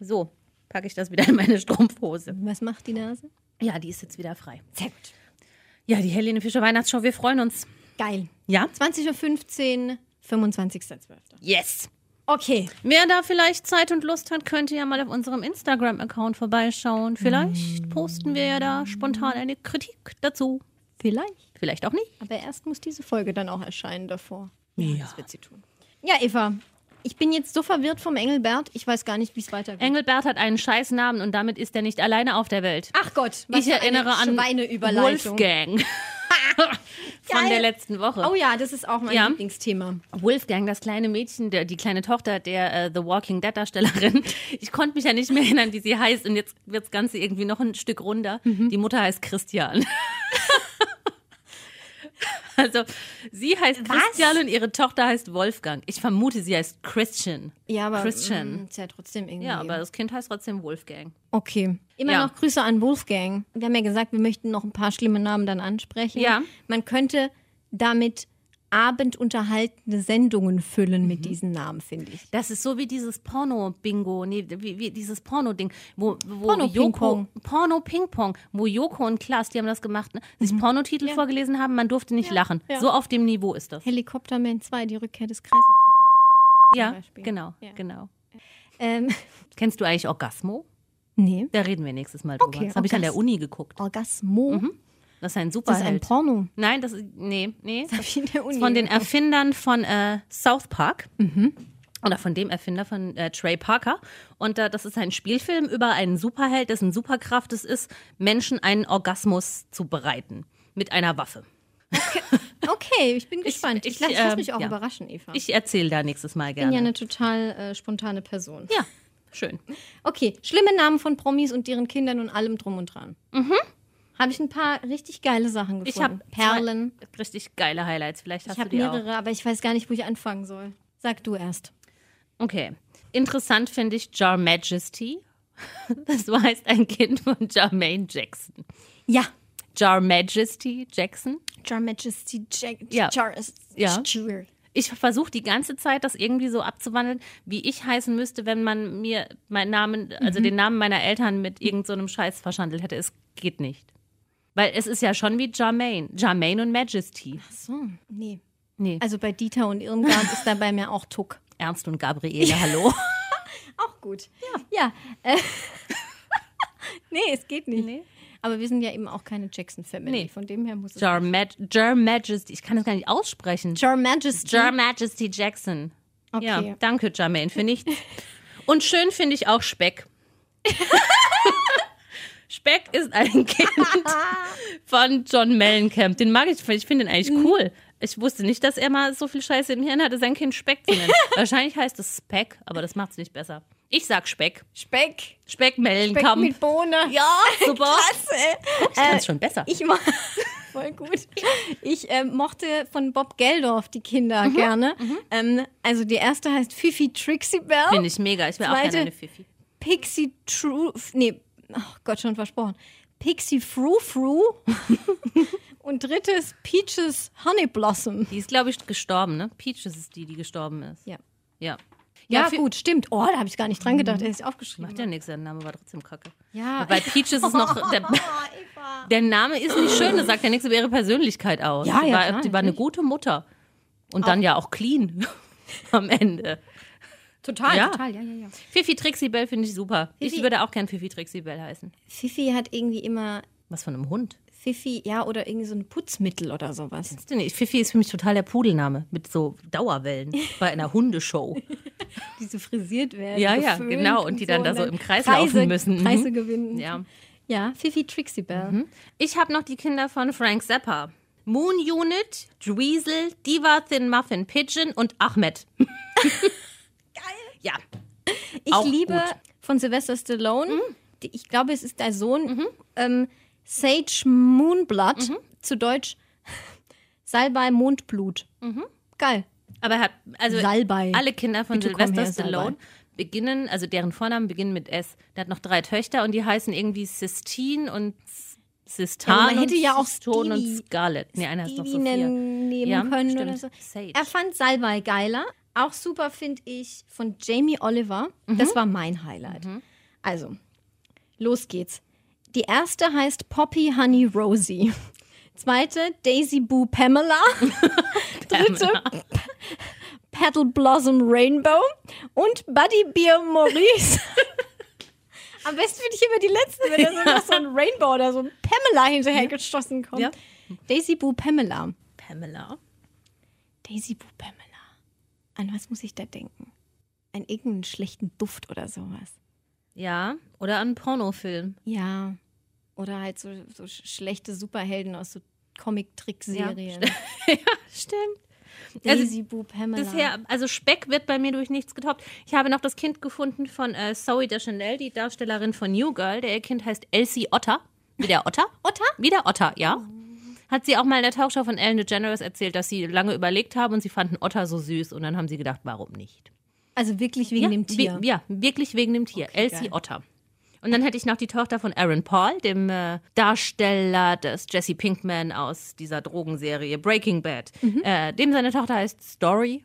So, packe ich das wieder in meine Strumpfhose.
Was macht die Nase?
Ja, die ist jetzt wieder frei.
Sehr gut.
Ja, die Helene Fischer Weihnachtsshow, wir freuen uns.
Geil.
Ja?
20.15 Uhr, 25.12.
Yes.
Okay.
Wer da vielleicht Zeit und Lust hat, könnte ja mal auf unserem Instagram-Account vorbeischauen. Vielleicht posten wir ja da spontan eine Kritik dazu.
Vielleicht.
Vielleicht auch nicht.
Aber erst muss diese Folge dann auch erscheinen davor.
Ja.
Das wird sie tun. Ja, Eva. Ich bin jetzt so verwirrt vom Engelbert, ich weiß gar nicht, wie es weitergeht.
Engelbert hat einen Scheißnamen und damit ist er nicht alleine auf der Welt.
Ach Gott,
ich erinnere an
Schweineüberleitung.
<laughs> Wolfgang von
Geil.
der letzten Woche.
Oh ja, das ist auch mein
Ja.
Lieblingsthema.
Wolfgang, das kleine Mädchen, der, die kleine Tochter der äh, The Walking Dead Darstellerin. <laughs> Ich konnte mich ja nicht mehr erinnern, wie sie heißt und jetzt wird das Ganze irgendwie noch ein Stück runder. Die Mutter heißt Christian. <laughs> also sie heißt Christian und ihre Tochter heißt Wolfgang. Ich vermute, sie heißt Christian.
Ja, aber
Christian.
mm, ist ja trotzdem irgendwie.
Ja, aber das Kind heißt trotzdem Wolfgang.
okay. Immer
Ja.
noch Grüße an Wolfgang. Wir haben ja gesagt, wir möchten noch ein paar schlimme Namen dann ansprechen.
Ja.
Man könnte damit abendunterhaltende Sendungen füllen
Mhm.
mit diesen Namen, finde ich.
Das ist so wie dieses Porno-Bingo, nee, wie, wie dieses Porno-Ding, wo, wo Joko,
Porno-Ping-Pong.
Porno-Ping-Pong, wo Joko und Klaas, die haben das gemacht, ne? sich Pornotitel vorgelesen haben, man durfte nicht lachen.
Mhm. ja.
So auf dem Niveau ist das.
Helikopterman 2, die Rückkehr des Kreises.
Ja,
Beispiel.
genau,
Ja.
genau.
Ähm, <laughs>
Kennst du eigentlich Orgasmo?
nee.
Da reden wir nächstes Mal drüber.
Okay,
das habe ich an der
Orgas-
Uni geguckt.
Orgasmo.
Das ist ein
Das ist ein
Superheld.
<laughs> Porno.
Nein, das ist, nee, nee.
Das hab ich in der Uni
Von den
geguckt.
Erfindern von äh, South Park.
Mhm.
Oder von dem Erfinder von äh, Trey Parker. Und äh, das ist ein Spielfilm über einen Superheld, dessen Superkraft es ist, Menschen einen Orgasmus zu bereiten. Mit einer Waffe.
Okay, ich bin gespannt. Ich,
ich,
lass, ich lass
äh,
mich auch
ja.
überraschen, Eva.
Ich erzähle da nächstes Mal
Ich bin ja
gerne.
eine total äh, spontane Person.
Ja, schön.
Okay, schlimme Namen von Promis und deren Kindern und allem drum und dran. Mhm. Habe ich ein paar richtig geile Sachen
Ich
gefunden.
habe
Perlen.
Richtig geile Highlights. Vielleicht hast
Ich
du
habe
die auch.
mehrere, aber ich weiß gar nicht, wo ich anfangen soll. Sag du erst.
Okay. Interessant finde ich Jar Majesty. <laughs> Das heißt ein Kind von Jermaine Jackson.
Ja.
Jar Majesty Jackson.
Jar Majesty Jack.
Ja.
Jar
Ja.
Jewelry.
Ich versuche die ganze Zeit, das irgendwie so abzuwandeln, wie ich heißen müsste, wenn man mir meinen Namen, also den Namen meiner Eltern mit irgendeinem so einem Scheiß verschandelt hätte. Es geht nicht. Weil es ist ja schon wie Jermaine. Jermaine und Majesty.
So, nee.
Nee.
Also bei Dieter und Irmgard ist dabei mir auch Tuck.
Ernst und Gabriele, hallo.
Auch gut. Ja. Ja. <laughs> Äh. nee, es geht nicht.
Nee.
Aber wir sind ja eben auch keine Jackson-Family.
Nee.
Von dem her muss es.
Jar, Maj Jar Majesty. Ich kann das gar nicht aussprechen.
Jar Majesty.
Jar Majesty Jackson.
Okay.
Ja, danke,
<laughs>
Jermaine, für nichts. Und schön finde ich auch Speck. Speck ist ein Kind von John Mellencamp. Den mag ich, ich finde ihn
Mhm.
eigentlich cool. Ich wusste nicht, dass er mal so viel Scheiße im Hirn hatte, sein Kind Speck zu
<laughs>
nennen. Wahrscheinlich heißt es Speck, aber das macht's nicht besser. Ich sag Speck.
Speck.
Speck
Speck
Mellencamp.
mit Bohne. <laughs>
ja, <laughs> super.
Klasse.
Ich kann's schon besser.
Ich
<laughs>
mag. Voll gut. Ich ähm, mochte von Bob Geldorf die Kinder
Mhm.
gerne. Ähm, also die erste heißt Fifi Trixie Bell,
Finde ich mega. Ich wäre auch
Zweite-
gerne eine Fifi.
Pixie True. Nee, ach Gott, schon versprochen. Pixie Fru Fru.
<laughs>
Und drittes Peaches Honey Blossom.
Die ist, glaube ich, gestorben, ne? Peaches ist die, die gestorben ist.
Ja.
Ja.
Ja,
für-
gut, stimmt. Oh, da habe ich gar nicht dran gedacht. Er ist aufgeschrieben.
Macht ja nichts, der Name war trotzdem kacke.
Ja.
Bei Peaches Ah. ist
<laughs>
noch. Der, der Name ist nicht schön, das sagt ja nichts über ihre Persönlichkeit aus.
Ja,
die
ja,
war,
klar,
die war eine
natürlich.
gute Mutter. Und dann ja auch clean <laughs> am Ende.
Total,
Ja.
total, ja, ja, ja.
Fifi Trixie Bell finde ich super. Ich
Fifi-
würde auch gern Fifi Trixie Bell heißen.
Fifi hat irgendwie immer
Was von einem Hund?
Fifi, ja, oder irgendwie so ein Putzmittel oder sowas.
Wisst ihr nicht, Fifi ist für mich total der Pudelname mit so
<laughs>
Dauerwellen bei einer Hundeshow.
die so frisiert werden.
Ja, ja,
geföhnt
genau, und die dann da so im Kreis laufen müssen. Mhm.
Preise gewinnen.
Ja.
Ja, Mhm. Fifi Trixie Belle.
Ich habe noch die Kinder von Frank Zappa. Moon Unit, Dweezil, Diva Thin Muffin Pigeon und Ahmed.
<laughs>
Geil. Ja.
Ich
Auch
liebe
gut.
von Sylvester Stallone, die, ich glaube, es ist der Sohn, ähm, Sage Moonblood, zu Deutsch <laughs> Salbei Mondblut. Geil.
Aber er hat, also
Salbei.
alle Kinder von
Bitte komm
Sylvester
her, Salbei.
Stallone beginnen, also deren Vornamen beginnen mit S. Der hat noch drei Töchter und die heißen irgendwie Sistine und S- Sistan
Ja, aber man hätte
und
ja auch
Sistone und
Stevie-
Scarlett. Nee, einer ist noch
Stevie
Sophia.
nennen, nehmen
Ja,
können
stimmt.
oder so.
Sage.
Er fand Salbei geiler. Auch super finde ich von Jamie Oliver.
Mhm.
Das war mein Highlight. Also, los geht's. Die erste heißt Poppy Honey Rosie. <laughs> Zweite Daisy Boo
<laughs>
Pamela. Dritte Petal Blossom Rainbow und Buddy Beer
<laughs>
Maurice. Am besten finde ich immer die letzten, wenn da so noch so ein Rainbow oder so ein Pamela hinterhergeschossen kommt.
Ja.
Daisy Boo Pamela.
Pamela.
Daisy Boo Pamela. An was muss ich da denken? An irgendeinen schlechten Duft oder sowas.
Ja, oder an einen Pornofilm.
Ja. Oder halt so, so sch- schlechte Superhelden aus so Comic-Trick-Serien. <laughs>
Stimmt. Also,
Daisy Boo Pamela.
Bisher, also Speck wird bei mir durch nichts getoppt. Ich habe noch das Kind gefunden von äh, Zoe Deschanel, die Darstellerin von New Girl. Der ihr Kind heißt Elsie Otter. Wie der Otter?
<laughs> Otter?
Wie der Otter, ja. Hat sie auch mal in der Talkshow von Ellen DeGeneres erzählt, dass sie lange überlegt haben und sie fanden Otter so süß und dann haben sie gedacht, warum nicht?
Also wirklich wegen
ja,
dem Tier.
Wie, ja, wirklich wegen dem Tier. Elsie
geil.
Otter. Und dann hätte ich noch die Tochter von Aaron Paul, dem äh, Darsteller des Jesse Pinkman aus dieser Drogenserie Breaking Bad.
Mhm.
Äh, dem seine Tochter heißt Story.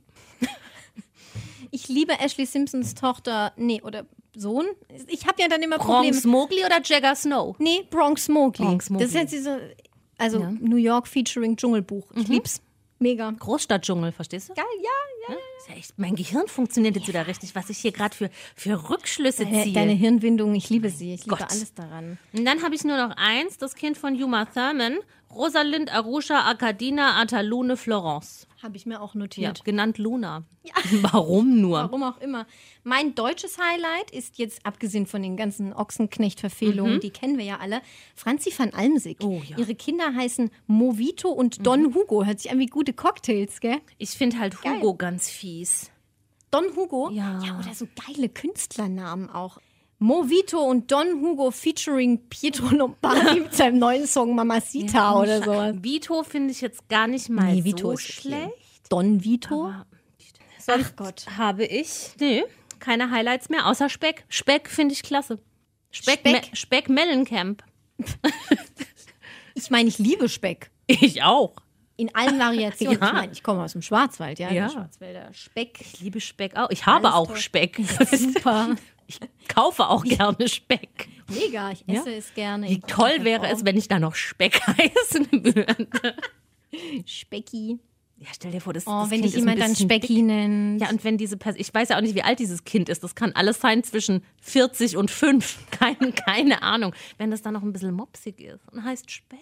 Ich liebe Ashley Simpsons Tochter, nee, oder Sohn. Ich habe ja dann immer Probleme.
Bronx Mowgli oder Jagger Snow?
Nee, Bronx Mowgli.
Bronx Mowgli.
Das ist jetzt diese, also New York featuring Dschungelbuch. Ich lieb's. Mega.
Großstadtdschungel, verstehst du?
Geil, ja, ja.
Ist ja echt, mein Gehirn funktioniert jetzt wieder richtig, was ich hier gerade für, für Rückschlüsse
Deine,
ziehe.
deine Hirnwindung, ich liebe sie. Ich liebe
Gott.
alles daran.
Und dann habe ich nur noch eins, das Kind von Yuma Thurman, Rosalind Arusha Arkadina Atalune Florence.
Habe ich mir auch
Ja,
notiert.
genannt Luna. <laughs> Warum nur?
Warum auch immer. Mein deutsches Highlight ist jetzt, abgesehen von den ganzen Ochsenknecht-Verfehlungen, die kennen wir ja alle, Franzi van Almsig.
Oh ja.
Ihre Kinder heißen Movito und Don Hugo. Hört sich an wie gute Cocktails, gell?
Ich finde halt Hugo ganz fies.
Don Hugo?
Ja.
oder so geile Künstlernamen auch. Movito und Don Hugo featuring Pietro <laughs> Lombardi mit seinem neuen Song Mamacita oder sowas.
Vito finde ich jetzt gar nicht mal
Nee,
so
Vito ist okay.
schlecht.
Don Vito? Ach Gott.
Habe ich? Nee, keine Highlights mehr, außer Speck. Speck finde ich klasse. Speck,
Speck?
Me Speck Mellencamp.
Ich meine, ich liebe Speck.
Ich auch.
In
<laughs>
allen Variationen.
Ja.
Ich meine, ich komme aus dem Schwarzwald, ja.
Ja.
Die Schwarzwälder Speck.
Ich liebe Speck auch. Ich habe
Alles
auch
toll.
Speck.
Super.
<laughs> Ich kaufe auch gerne Speck.
Mega, ich esse es gerne.
Wie toll wäre es, wenn ich da noch Speck <laughs> heißen würde.
Specki.
Ja, stell dir vor, das,
Oh,
das
wenn
kind
dich
ist ein
jemand dann
bisschen
Specki
dick.
nennt.
Ja, und wenn diese Person, ich weiß ja auch nicht, wie alt dieses Kind ist. Das kann alles sein zwischen 40 und <laughs> 5. Keine, keine Ahnung. Wenn das dann noch ein bisschen mopsig ist und heißt Speck.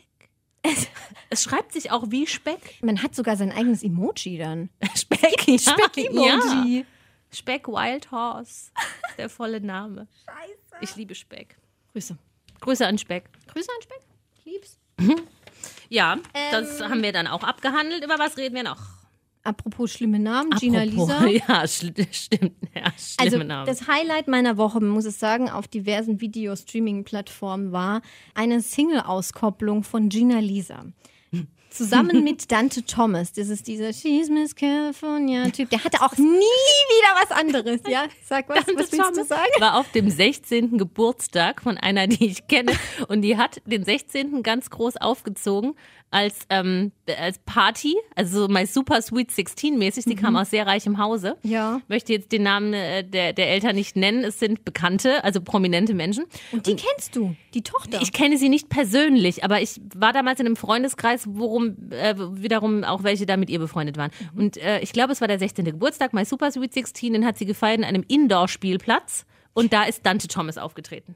Es, es schreibt sich auch wie Speck.
Man hat sogar sein eigenes Emoji dann.
<laughs> Speck, ja,
Speck-Emoji.
Ja. Speck Wild Horse. ist Der volle Name. Scheiße. Ich liebe Speck.
Grüße.
Grüße an Speck.
Grüße an Speck. Lieb's.
Ja, das
Ähm.
haben wir dann auch abgehandelt. Über was reden wir noch?
Apropos schlimme Namen, Gina Lisa.
<laughs> Ja, schl stimmt. Ja, schlimme
Also
Namen.
das Highlight meiner Woche, muss ich sagen, auf diversen Video-Streaming-Plattformen war eine Single-Auskopplung von Gina
<laughs>
Lisa. Zusammen mit Dante Thomas. Das ist dieser She's Miss California-Typ. Der hatte auch nie wieder was anderes. Ja, sag was, was willst du sagen?
war auf dem 16. Geburtstag von einer, die ich kenne. Und die hat den 16. ganz groß aufgezogen als, ähm, als Party, also so My Super Sweet 16 mäßig. Die kam aus sehr reichem Hause.
Mhm. Ja.
Möchte jetzt den Namen äh, der, der Eltern nicht nennen. Es sind Bekannte, also prominente Menschen.
Und die kennst du, die Tochter.
Ich kenne sie nicht persönlich, aber ich war damals in einem Freundeskreis, worum äh, wiederum auch welche da mit ihr befreundet waren.
Mhm.
Und äh, ich glaube, es war der 16. Geburtstag, My Super Sweet 16, den hat sie gefeiert in einem Indoor-Spielplatz. Und da ist Dante Thomas aufgetreten.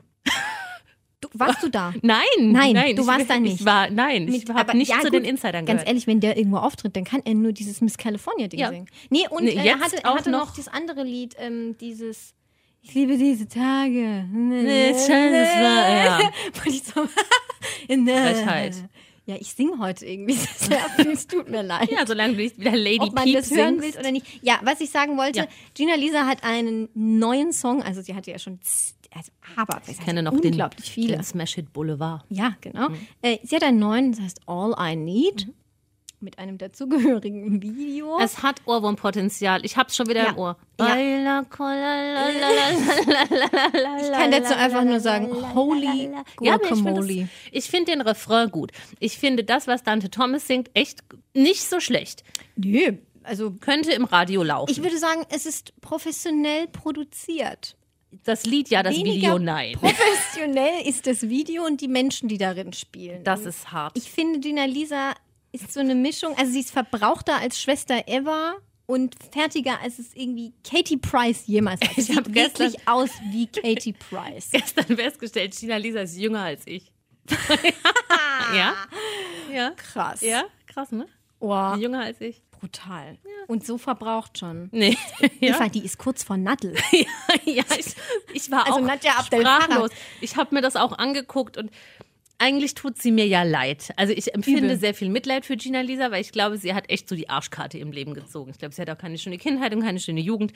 du, warst du da?
Nein,
Nein,
nein
du
ich,
warst da
Ich
nicht.
war, nein, ich
Mit-
habe nicht
ja,
zu
gut,
den Insidern
Ganz
gehört.
ehrlich, wenn der irgendwo auftritt, dann kann er nur dieses Miss California-Ding
Ja.
singen. Nee, und
Nee,
äh, er
jetzt
hatte, er
auch
hatte noch
noch-
dieses andere Lied, ähm, dieses Ich liebe diese Tage. Ne, <laughs> Wollte
Ja. Halt,
ich so- Ne.
Frechheit.
Ja, ich singe heute irgendwie <laughs> sehr viel. Es tut mir leid.
Ja, solange du nicht wieder Lady
Ob man
Peep
das hören
singst.
will oder nicht. Ja, was ich sagen wollte,
Ja.
Gina Lisa hat einen neuen Song, also sie hatte ja schon z- also, aber ich
Ich kenne noch den,
unglaublich viele.
den Smash Hit Boulevard.
Ja, genau. Äh, sie hat einen neuen, das heißt All I Need, mit einem dazugehörigen <laughs> Video.
Es hat Ohrwurmpotenzial. Ich hab's schon wieder
Ja.
im Ohr.
Ja.
Baila, kola, la, la, la.
ich kann dazu einfach nur sagen, holy
Ja, aber ich find das-
guacamole.
Ich finde den Refrain gut. Ich finde das, was Dante Thomas singt, echt nicht so schlecht.
Nö, also
Könnte im Radio laufen.
ich würde sagen, es ist professionell produziert.
das Lied ja, das
Weniger <laughs>
Video nein.
Professionell ist das Video und die Menschen, die darin spielen.
Das ist hart. <laughs>
ich finde, Dina Lisa ist so eine Mischung, also sie ist verbrauchter als Schwester Eva und fertiger, als es irgendwie Katie Price jemals war. Sie
hab
sieht
gestern-
wirklich aus wie Katie Price.
gestern festgestellt, Gina Lisa ist jünger als ich. <laughs> ja? Ja?
Krass.
Ja? Krass, ne?
Oh,
Jünger als ich.
brutal. Und so verbraucht schon.
<laughs> Nee.
Eva, die ist kurz vor
<laughs>
Nadel.
ja, ich, ich war
Also
auch
Nadja Abdel
sprachlos.
Farah.
Ich habe mir das auch angeguckt und eigentlich tut sie mir ja leid. Also ich empfinde
Übel.
sehr viel Mitleid für Gina Lisa, weil ich glaube, sie hat echt so die Arschkarte im Leben gezogen. Ich glaube, sie hat auch keine schöne Kindheit und keine schöne Jugend.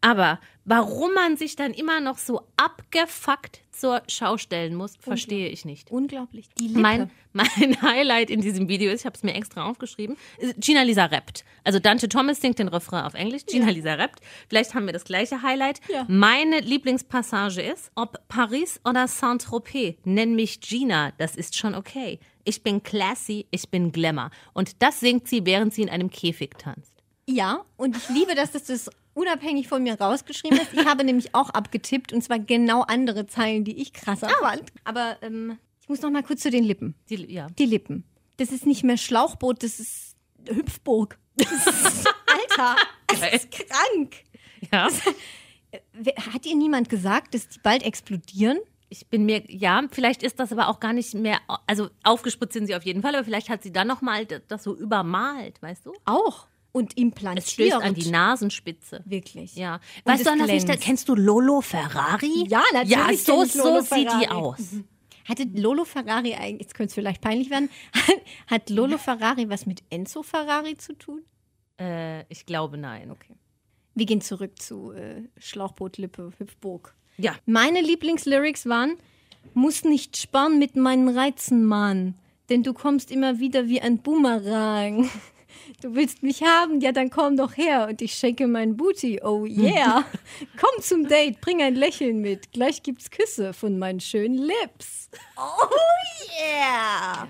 Aber warum man sich dann immer noch so abgefuckt zur Schau stellen muss, verstehe ich nicht.
Unglaublich. Die Lippe.
Mein, <laughs> mein Highlight in diesem Video ist, ich habe es mir extra aufgeschrieben, ist Gina Lisa rappt. Also Dante Thomas singt den Refrain auf Englisch, Gina Lisa rappt. Vielleicht haben wir das gleiche Highlight.
Ja.
Meine Lieblingspassage ist, ob Paris oder Saint-Tropez, nenn mich Gina, das ist schon okay. Ich bin classy, ich bin Glamour. Und das singt sie, während sie in einem Käfig tanzt.
ja, und ich liebe, dass das, das unabhängig von mir rausgeschrieben ist. Ich habe <laughs> nämlich auch abgetippt und zwar genau andere Zeilen, die ich krasser fand. Aber ähm, ich muss noch mal kurz zu den Lippen.
Die, ja. <laughs>
Die Lippen. Das ist nicht mehr Schlauchboot, das ist Hüpfburg. <laughs> Das ist, Alter, das ist krank.
ja.
Wer- Hat ihr niemand gesagt, dass die bald explodieren?
Ich bin mir, ja, vielleicht ist das aber auch gar nicht mehr, also aufgespritzt sind sie auf jeden Fall, aber vielleicht hat sie dann nochmal das so übermalt, weißt du?
Auch. Und implantiert.
Es stößt an die Nasenspitze.
Wirklich.
Ja.
Und
Weißt du,
es
an was ich da,
glänzt.
kennst du Lolo Ferrari?
Ja, natürlich
Ja,
kenn
so,
ich Lolo
so sieht
Ferrari.
die
Mhm.
aus.
Hatte Lolo Ferrari eigentlich, jetzt könnte es vielleicht peinlich werden, <laughs> hat Lolo Ferrari was mit Enzo Ferrari zu tun?
Äh, ich glaube, nein.
Okay. Wir gehen zurück zu äh, Schlauchbootlippe, Hüpfburg.
Ja.
Meine Lieblingslyrics waren: Muss nicht sparen mit meinen Reizen, Mann, denn du kommst immer wieder wie ein Boomerang. <laughs> Du willst mich haben, ja, dann komm doch her und ich schenke mein Booty, oh
<laughs>
yeah. komm zum Date, bring ein Lächeln mit, gleich gibt's Küsse von meinen schönen Lips.
<laughs>
Oh yeah.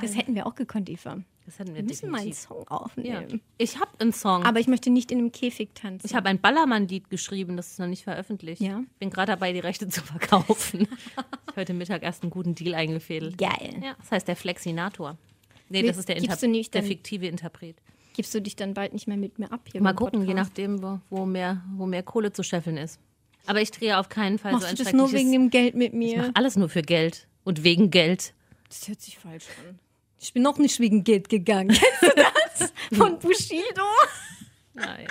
Das hätten wir auch gekonnt, Eva.
Das hatten wir
Wir müssen mal einen
definitiv.
Song
Ja.
aufnehmen.
Ich habe einen Song.
Aber ich möchte nicht in einem Käfig tanzen.
ich habe ein Ballermann-Lied geschrieben, das ist noch nicht veröffentlicht.
Ja.
Bin gerade dabei, die Rechte zu verkaufen. ich heute Mittag erst einen guten Deal eingefädelt.
Geil.
Ja, das heißt der Flexinator. Nee,
Wie-
das ist der,
gibst
Interp
du nicht
der
dann-
fiktive Interpret.
Gibst du dich dann bald nicht mehr mit mir ab hier?
Mal
beim
gucken, je
Podcast?
nachdem, wo, wo, mehr, wo mehr Kohle zu scheffeln ist. Aber ich drehe auf keinen Fall so
Machst
ein
du das nur
schreckliches-
wegen dem Geld mit
Ich
mir?
mache alles nur für Geld und wegen Geld.
Das hört sich falsch an. Ich bin noch <laughs> nicht wegen Geld gegangen. Kennst du das? Von Bushido?
Nein.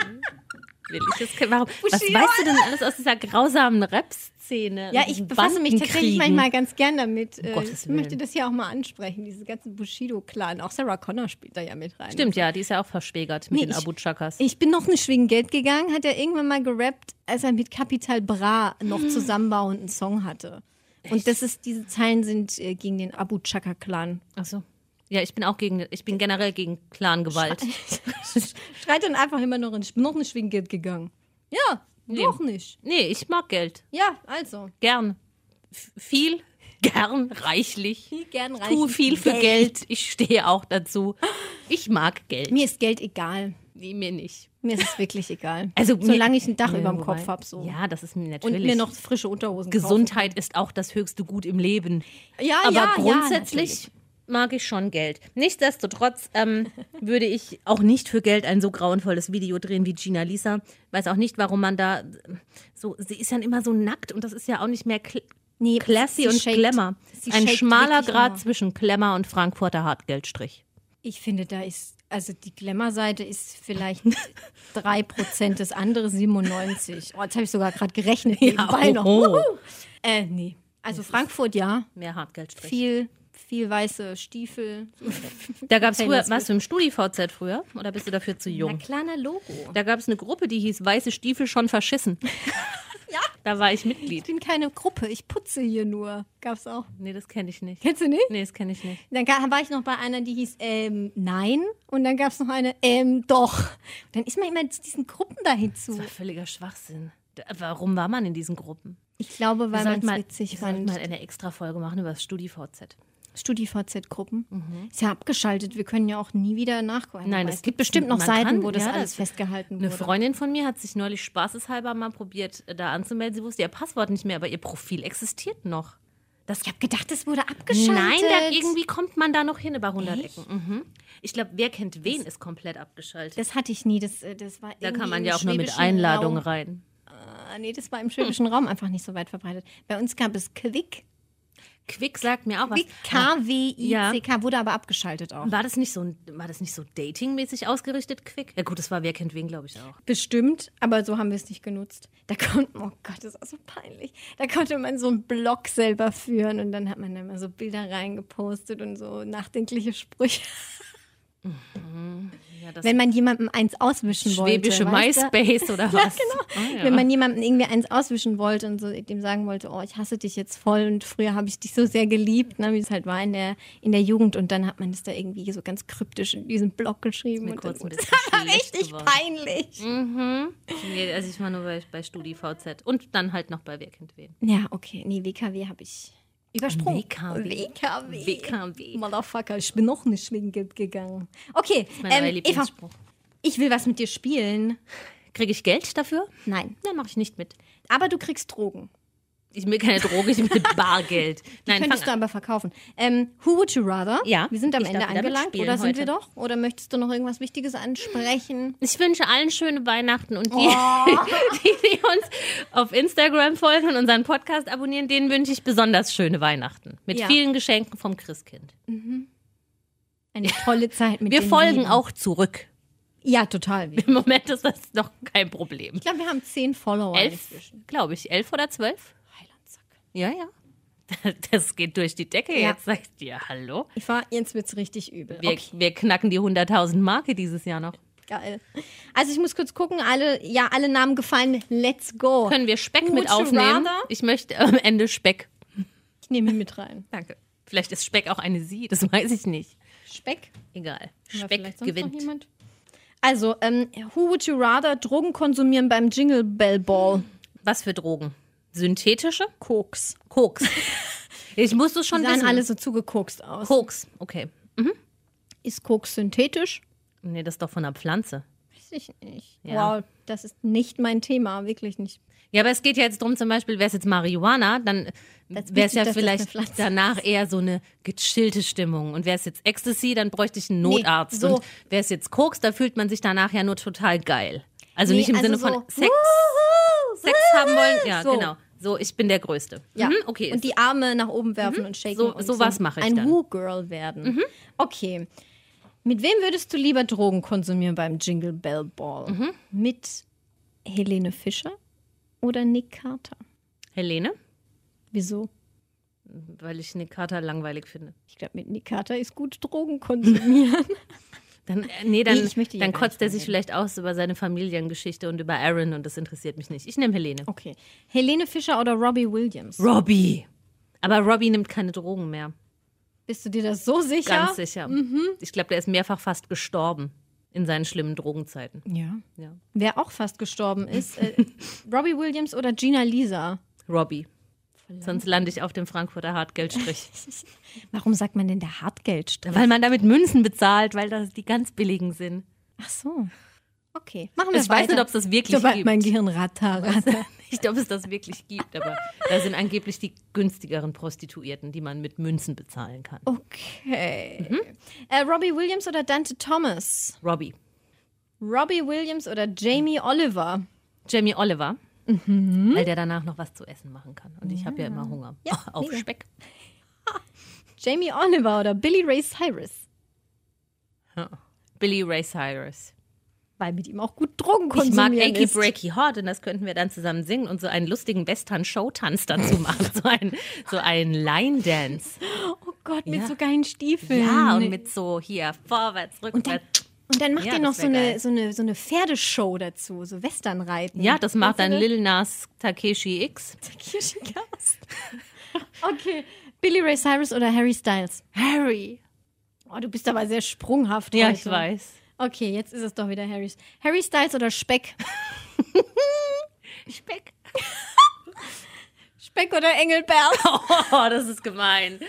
will ich das kennen. Warum? Was
Bushido,
weißt du denn alles aus dieser grausamen Rap-Szene?
Ja, ich befasse mich tatsächlich manchmal ganz gern damit. Äh,
Gottes
ich
Willen.
möchte das hier auch mal ansprechen, dieses ganze Bushido-Clan. Auch Sarah Connor spielt da ja mit rein.
Stimmt, ja, die ist ja auch verspegert mit
Nee,
den
ich-
Abu-Chakas.
Ich bin noch nicht wegen Geld gegangen, hat er irgendwann mal gerappt, als er mit Capital Bra <gasps> noch zusammenbauend einen Song hatte. Und das ist, diese Zeilen sind äh, gegen den Abu Chaka Clan.
Achso. Ja, ich bin auch gegen, ich
Äh,
bin generell gegen Clan-Gewalt.
<laughs> Schreit dann einfach immer noch, in- ich bin noch nicht wegen Geld gegangen. Ja, noch nicht.
Nee, ich mag Geld.
Ja, also.
Gern. F viel, gern, reichlich.
Viel gern reich.
Tu viel für Geld. Ich stehe auch dazu. Ich mag Geld.
Mir ist Geld egal.
Nee, mir nicht.
Mir
<laughs>
ist es wirklich egal.
Also mir-
Solange ich ein Dach
Ja,
über dem
wobei-
Kopf habe. So.
Ja, das ist mir
Und
natürlich.
mir noch frische Unterhosen
Gesundheit ist auch das höchste Gut im Leben.
Kaufen. Ja,
Aber
ja,
grundsätzlich mag ich schon Geld. Nichtsdestotrotz <laughs> ähm, würde ich auch nicht für Geld ein so grauenvolles Video drehen wie Gina Lisa. Weiß auch nicht, warum man da äh, so. Sie ist dann immer so nackt und das ist ja auch nicht mehr cl
Nee,
classy
sie
und
shaked-
Glamour.
sie
Ein
shaked
schmaler
wirklich
Grad
immer.
zwischen Glamour und Frankfurter Hartgeldstrich.
Ich finde, da ist, also die Glamour-Seite ist
<laughs>
vielleicht 3%, das andere 97. Oh, jetzt habe ich sogar gerade gerechnet.
oh,
nebenbei noch.
oho.
Wuhu. <laughs> Äh, nee. Also Frankfurt ja.
Mehr Hartgeldstrich.
Viel, viel weiße Stiefel.
Da gab es
Taylor
früher,
Swift.
warst du im StudiVZ früher oder bist du dafür zu jung?
kleiner Logo.
Da gab es eine Gruppe, die hieß Weiße Stiefel schon <laughs> verschissen.
Ja.
Da war
Ich
ich Mitglied.
bin keine Gruppe, ich putze hier nur. Gab's auch.
Nee, das kenne ich nicht.
Kennst du nicht?
Nee, das kenne ich nicht.
Dann ga- war ich noch bei einer, die hieß ähm, Nein. Und dann gab es noch eine ähm, Doch. Und dann ist man immer zu diesen Gruppen dahin zu.
Das war völliger Schwachsinn. Da- Warum war man in diesen Gruppen?
Ich glaube, weil man
sollten
es
mal,
witzig
wir sollten
fand.
mal äh, eine extra Folge machen über das StudiVZ.
StudiVZ-Gruppen. Ist ja abgeschaltet. Wir können ja auch nie wieder nachgucken.
Mhm. Nein,
Wobei,
das
es gibt
gibt's
bestimmt noch
nicht. Man
Seiten,
kann-
wo das
ja,
alles
das-
festgehalten
Eine
wurde.
Freundin von mir hat sich neulich spaßeshalber mal probiert, äh, da anzumelden. Sie wusste ihr Passwort nicht mehr, aber ihr Profil existiert noch. Das
ich habe gedacht, es wurde abgeschaltet.
Nein, da irgendwie kommt man da noch hin über 100 Ecken. Mhm. Ich glaube, wer kennt wen, ist komplett abgeschaltet.
Das hatte ich nie. Das, äh, das war
Da
irgendwie
kann man
im
ja auch nur mit
schwäbischen
Einladung
Raum.
rein.
Ah, Nee, das war im schwäbischen Raum einfach nicht so weit verbreitet. Bei uns gab es Quick.
Quick sagt mir auch was.
Quick, K-W-I-C-K. Wurde aber abgeschaltet auch.
War das nicht so, ein- war das nicht so datingmäßig ausgerichtet, Quick? Ja gut, das war Wer kennt wen, glaube ich auch.
Bestimmt, aber so haben wir es nicht genutzt. Da konnte, oh Gott, das war so peinlich. Da konnte man so einen Blog selber führen und dann hat man da immer so Bilder reingepostet und so nachdenkliche Sprüche.
Mhm. Ja, das
Wenn man jemandem eins auswischen
schwäbische
wollte. weißt du? genau. <laughs>
MySpace oder was? Ah, ja.
Wenn man jemandem irgendwie eins auswischen wollte und so dem sagen wollte, oh, ich hasse dich jetzt voll und früher habe ich dich so sehr geliebt, ne, wie es halt war in der, in der Jugend und dann hat man es da irgendwie so ganz kryptisch in diesen Blog geschrieben
mir
und
kurz ein
dann, das <laughs>
bisschen
war
schlecht
richtig
geworden. Mhm.
peinlich.
nee, also ich war nur bei, bei StudiVZ und dann halt noch bei Wer kennt wen.
Ja, okay. Nee, WKW habe ich übersprungen.
WKW.
WKW.
WKW.
Motherfucker, ich bin noch nicht wegen Geld gegangen. Okay,
Mein neuer
ähm, Eva,
Lieblingsspruch.
ich will was mit dir spielen.
Kriege ich Geld dafür?
Nein.
Nein, mache ich nicht mit.
Aber du kriegst Drogen.
Ich will keine Droge, ich will
<laughs>
Bargeld. Nein, fang
Könntest du aber verkaufen. Ähm, who would you rather?
Ja,
Wir sind am
ich darf
Ende
wieder
angelangt.
mitspielen
Oder sind
heute.
wir doch? Oder möchtest du noch irgendwas Wichtiges ansprechen?
Ich wünsche allen schöne Weihnachten und die,
Oh.
<laughs> die, die uns auf Instagram folgen und unseren Podcast abonnieren, denen wünsche ich besonders schöne Weihnachten. Mit
Ja.
vielen Geschenken vom Christkind.
Eine tolle Zeit mit
Wir
den
folgen
Lieben.
auch zurück.
Ja, total. Ich
Im Moment ist das noch kein Problem.
glaube, wir haben zehn Follower.
Elf, glaube ich. Elf oder zwölf?
Heilandsack.
Ja, ja. <laughs> Das geht durch die Decke
Ja.
jetzt. Sagt ihr, hallo?
Ich war, jetzt wird's richtig übel.
Wir,
okay.
wir knacken die 100.000 Marke dieses Jahr noch.
Geil. Also ich muss kurz gucken, alle, ja, alle Namen gefallen. Let's go.
Können wir Speck
Would
mit
you
aufnehmen?
rather?
Ich möchte am Ende Speck.
Ich nehme ihn mit rein.
Danke. Vielleicht ist Speck auch eine Sie, das weiß ich nicht.
Speck.
Egal.
Haben wir
Speck
vielleicht sonst noch
gewinnt.
jemand? Also, ähm, who would you rather Drogen konsumieren beim Jingle Bell Ball?
Was für Drogen? Synthetische?
Koks.
Koks. Ich muss das schon
Die sahen
wissen.
alle so zugekokst aus.
Koks. Okay.
ist Koks synthetisch?
Nee, das ist doch von einer Pflanze.
Weiß ich nicht.
Ja.
Wow, das ist nicht mein Thema, wirklich nicht.
Ja, aber es geht ja jetzt drum, zum Beispiel, wäre es jetzt Marihuana, dann
Das ist
wäre
wichtig,
es ja
dass das eine
vielleicht
Pflanze
danach eher so eine gechillte Stimmung. Und wäre es jetzt Ecstasy, dann bräuchte ich einen Notarzt.
so.
Und wäre es jetzt Koks, da fühlt man sich danach ja nur total geil. Also
Nee,
nicht im
also
Sinne
so,
von Sex, Sex haben wollen. Ja,
so.
genau. So, ich bin der Größte.
Ja.
Mhm, okay. Mhm.
Und die Arme nach oben werfen und shaken.
So-
und
sowas mache ich
Ein
dann. Mhm.
Who-Girl werden. Okay.
Mhm.
Mit wem würdest du lieber Drogen konsumieren beim Jingle Bell Ball? Mit Helene Fischer oder Nick Carter?
Helene?
Wieso?
Weil ich Nick Carter langweilig finde.
Ich glaube, mit Nick Carter ist gut Drogen
<laughs>
konsumieren.
Dann, äh, nee, dann,
Nee, ich möchte ja
dann
gar
kotzt
nicht
er sich vielleicht aus über seine Familiengeschichte und über Aaron und das interessiert mich nicht. Ich nehme Helene.
okay. Helene Fischer oder Robbie Williams?
Robbie. Aber Robbie nimmt keine Drogen mehr.
Bist du dir das so sicher?
Ganz sicher. Ich glaube, der ist mehrfach fast gestorben in seinen schlimmen Drogenzeiten.
Ja.
Ja.
Wer auch fast gestorben
<laughs>
ist, äh, Robbie Williams oder Gina Lisa?
Robbie. Sonst lande ich auf dem Frankfurter <laughs> Hartgeldstrich.
Warum sagt man denn der Hartgeldstrich?
weil man damit Münzen bezahlt, weil das die ganz billigen sind.
Ach so. Okay, machen wir
Ich
weiter.
weiß nicht, ob es das wirklich
Sobald
gibt.
mein Gehirn ratter,
<laughs>
ratter.
Nicht, ob es das wirklich gibt, aber da sind angeblich die günstigeren Prostituierten, die man mit Münzen bezahlen kann.
Okay.
Mhm.
Äh, Robbie Williams oder Dante Thomas?
Robbie.
Robbie Williams oder Jamie Oliver?
Jamie Oliver, weil der danach noch was zu essen machen kann. Und ich habe Mhm. ja immer Hunger.
Ja,
<laughs> auf
mega.
Speck.
Jamie Oliver oder Billy Ray Cyrus?
Billy Ray Cyrus.
Weil mit ihm auch gut Drogen
Ich mag
konsumieren
Achy
ist.
Breaky Hot und das könnten wir dann zusammen singen und so einen lustigen Western-Show-Tanz dazu machen. so einen so ein Line-Dance.
Oh Gott, mit
Ja.
so geilen Stiefeln.
Ja, und mit so hier vorwärts,
dann,
rückwärts.
und dann macht
Ja,
ihr noch
das
so
wär
eine,
geil.
so, eine, so eine Pferdeshow dazu, so Westernreiten.
Ja, das macht dann
Weißt du
Lil Nas Takeshi X.
das? Kirschengast. <laughs> okay, Billy Ray Cyrus oder Harry Styles?
Harry. Oh,
Oh, du bist aber sehr sprunghaft
Ja,
heute.
ich weiß. <laughs>
Okay, jetzt ist es doch wieder Harry. Harry Styles oder <laughs> Speck?
Speck.
<laughs> Speck oder Engelbert?
Oh, das ist <laughs> gemein.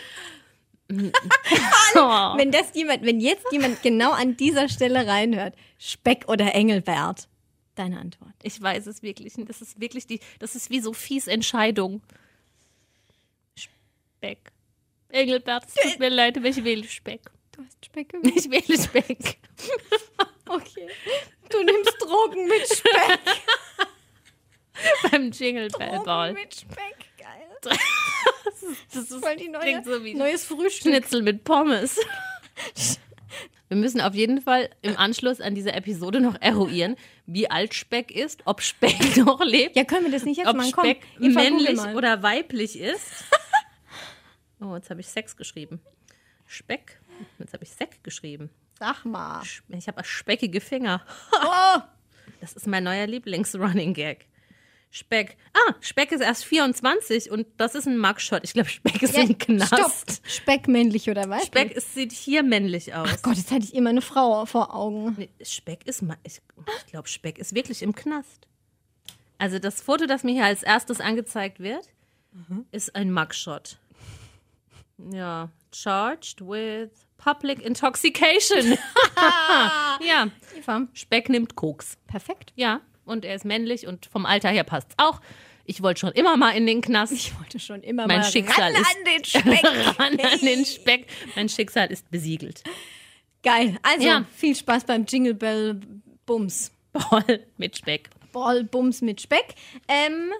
oh.
Wenn das jemand, wenn jetzt jemand genau an dieser Stelle reinhört, Speck oder Engelbert? Deine Antwort.
Ich weiß es wirklich. nicht. Das ist wirklich die. Das ist wie Sophies Entscheidung. Speck. Engelbert, es <laughs> tut mir leid, aber ich wähle Speck.
Du hast Speck
Ich wähle Speck.
<laughs> Okay. Du nimmst Drogen mit Speck. <laughs>
<laughs> Beim Jingle Bell
Drogen
Ball.
mit Speck. Geil.
Das ist
Voll die neue,
klingt so wie
neues Frühstück.
Schnitzel
<laughs>
mit Pommes. Wir müssen auf jeden Fall im Anschluss an diese Episode noch eruieren, wie alt Speck ist, ob Speck <laughs> noch lebt,
Ja, können wir das nicht jetzt
ob
machen? Komm,
Speck
Eva, google
männlich
mal.
oder
<laughs>
weiblich ist. Oh, jetzt habe ich Sex geschrieben. Speck. Jetzt habe ich Seck geschrieben.
Sag mal.
Sch- Ich habe speckige Finger.
Oh,
Das ist mein neuer Lieblings-Running-Gag. Speck. Ah, Speck ist erst 24 und das ist ein Mugshot. Ich glaube, Speck ist
ja,
im Knast.
stopp. Speck männlich oder weiblich?
Speck ist, sieht hier männlich aus.
Ach Gott, jetzt hatte ich immer eine Frau vor Augen.
Nee, Speck ist, ma- ich, ich glaube, Speck ist wirklich im Knast. Also das Foto, das mir hier als erstes angezeigt wird,
Mhm.
ist ein Mugshot. Ja, charged with public
<laughs>
intoxication. ja,
Eva,
Speck nimmt Koks.
perfekt.
Ja, und er ist männlich und vom Alter her passt's auch. Ich wollte schon immer mal in den Knast.
Ich wollte schon immer
Mein
mal
Schicksal
ran
ist-
an den
<laughs>
Speck.
Ran an den Speck. Mein Schicksal ist besiegelt.
Geil. Also,
Ja.
viel Spaß beim Jingle Bell Bums.
Ball mit Speck.
Ball Bums mit Speck. Ähm,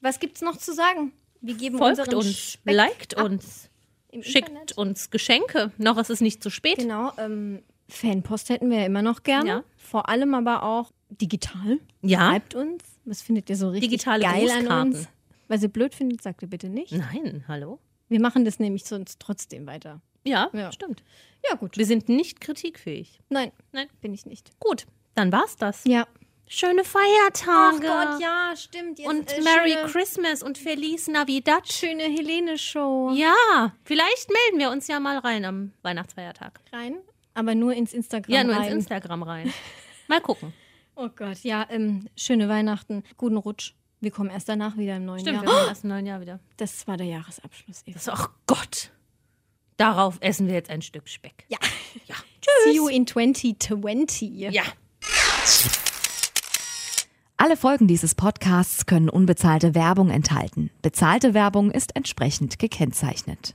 was gibt's noch zu sagen? Wir geben
Folgt
unseren
uns,
Speck
liked uns.
im
Schickt
Internet.
uns Geschenke. Noch ist es nicht zu spät.
Genau. Ähm, Fanpost hätten wir ja immer noch gerne.
Ja.
Vor allem aber auch digital.
Ja.
Schreibt uns. Was findet ihr so richtig
Digitale
geil an
Grußkarten.
uns? Was ihr blöd findet, sagt ihr bitte nicht.
Nein, hallo?
Wir machen das nämlich sonst trotzdem weiter.
Ja,
Ja.
stimmt.
Ja, gut.
Wir sind nicht kritikfähig.
Nein,
Nein.
bin ich nicht.
Gut, dann war's das.
Ja.
Schöne Feiertage.
ja, stimmt. Jetzt,
Und
äh,
Merry
schöne-
Christmas und Feliz Navidad.
schöne Helene-Show
Ja, vielleicht melden wir uns ja mal rein am Weihnachtsfeiertag.
rein, aber nur ins Instagram
Ja, nur
rein.
ins Instagram <laughs> rein. Mal gucken.
oh Gott, ja, ähm, schöne Weihnachten, guten Rutsch. Wir kommen erst danach wieder im neuen
Stimmt, wir
Jahr.
sind erst im neuen Jahr wieder.
Das war der Jahresabschluss. Eva.
Das, ach Gott. Darauf essen wir jetzt ein Stück Speck.
Ja.
Ja.
See you in 2020.
Ja.
Alle Folgen dieses Podcasts können unbezahlte Werbung enthalten. Bezahlte Werbung ist entsprechend gekennzeichnet.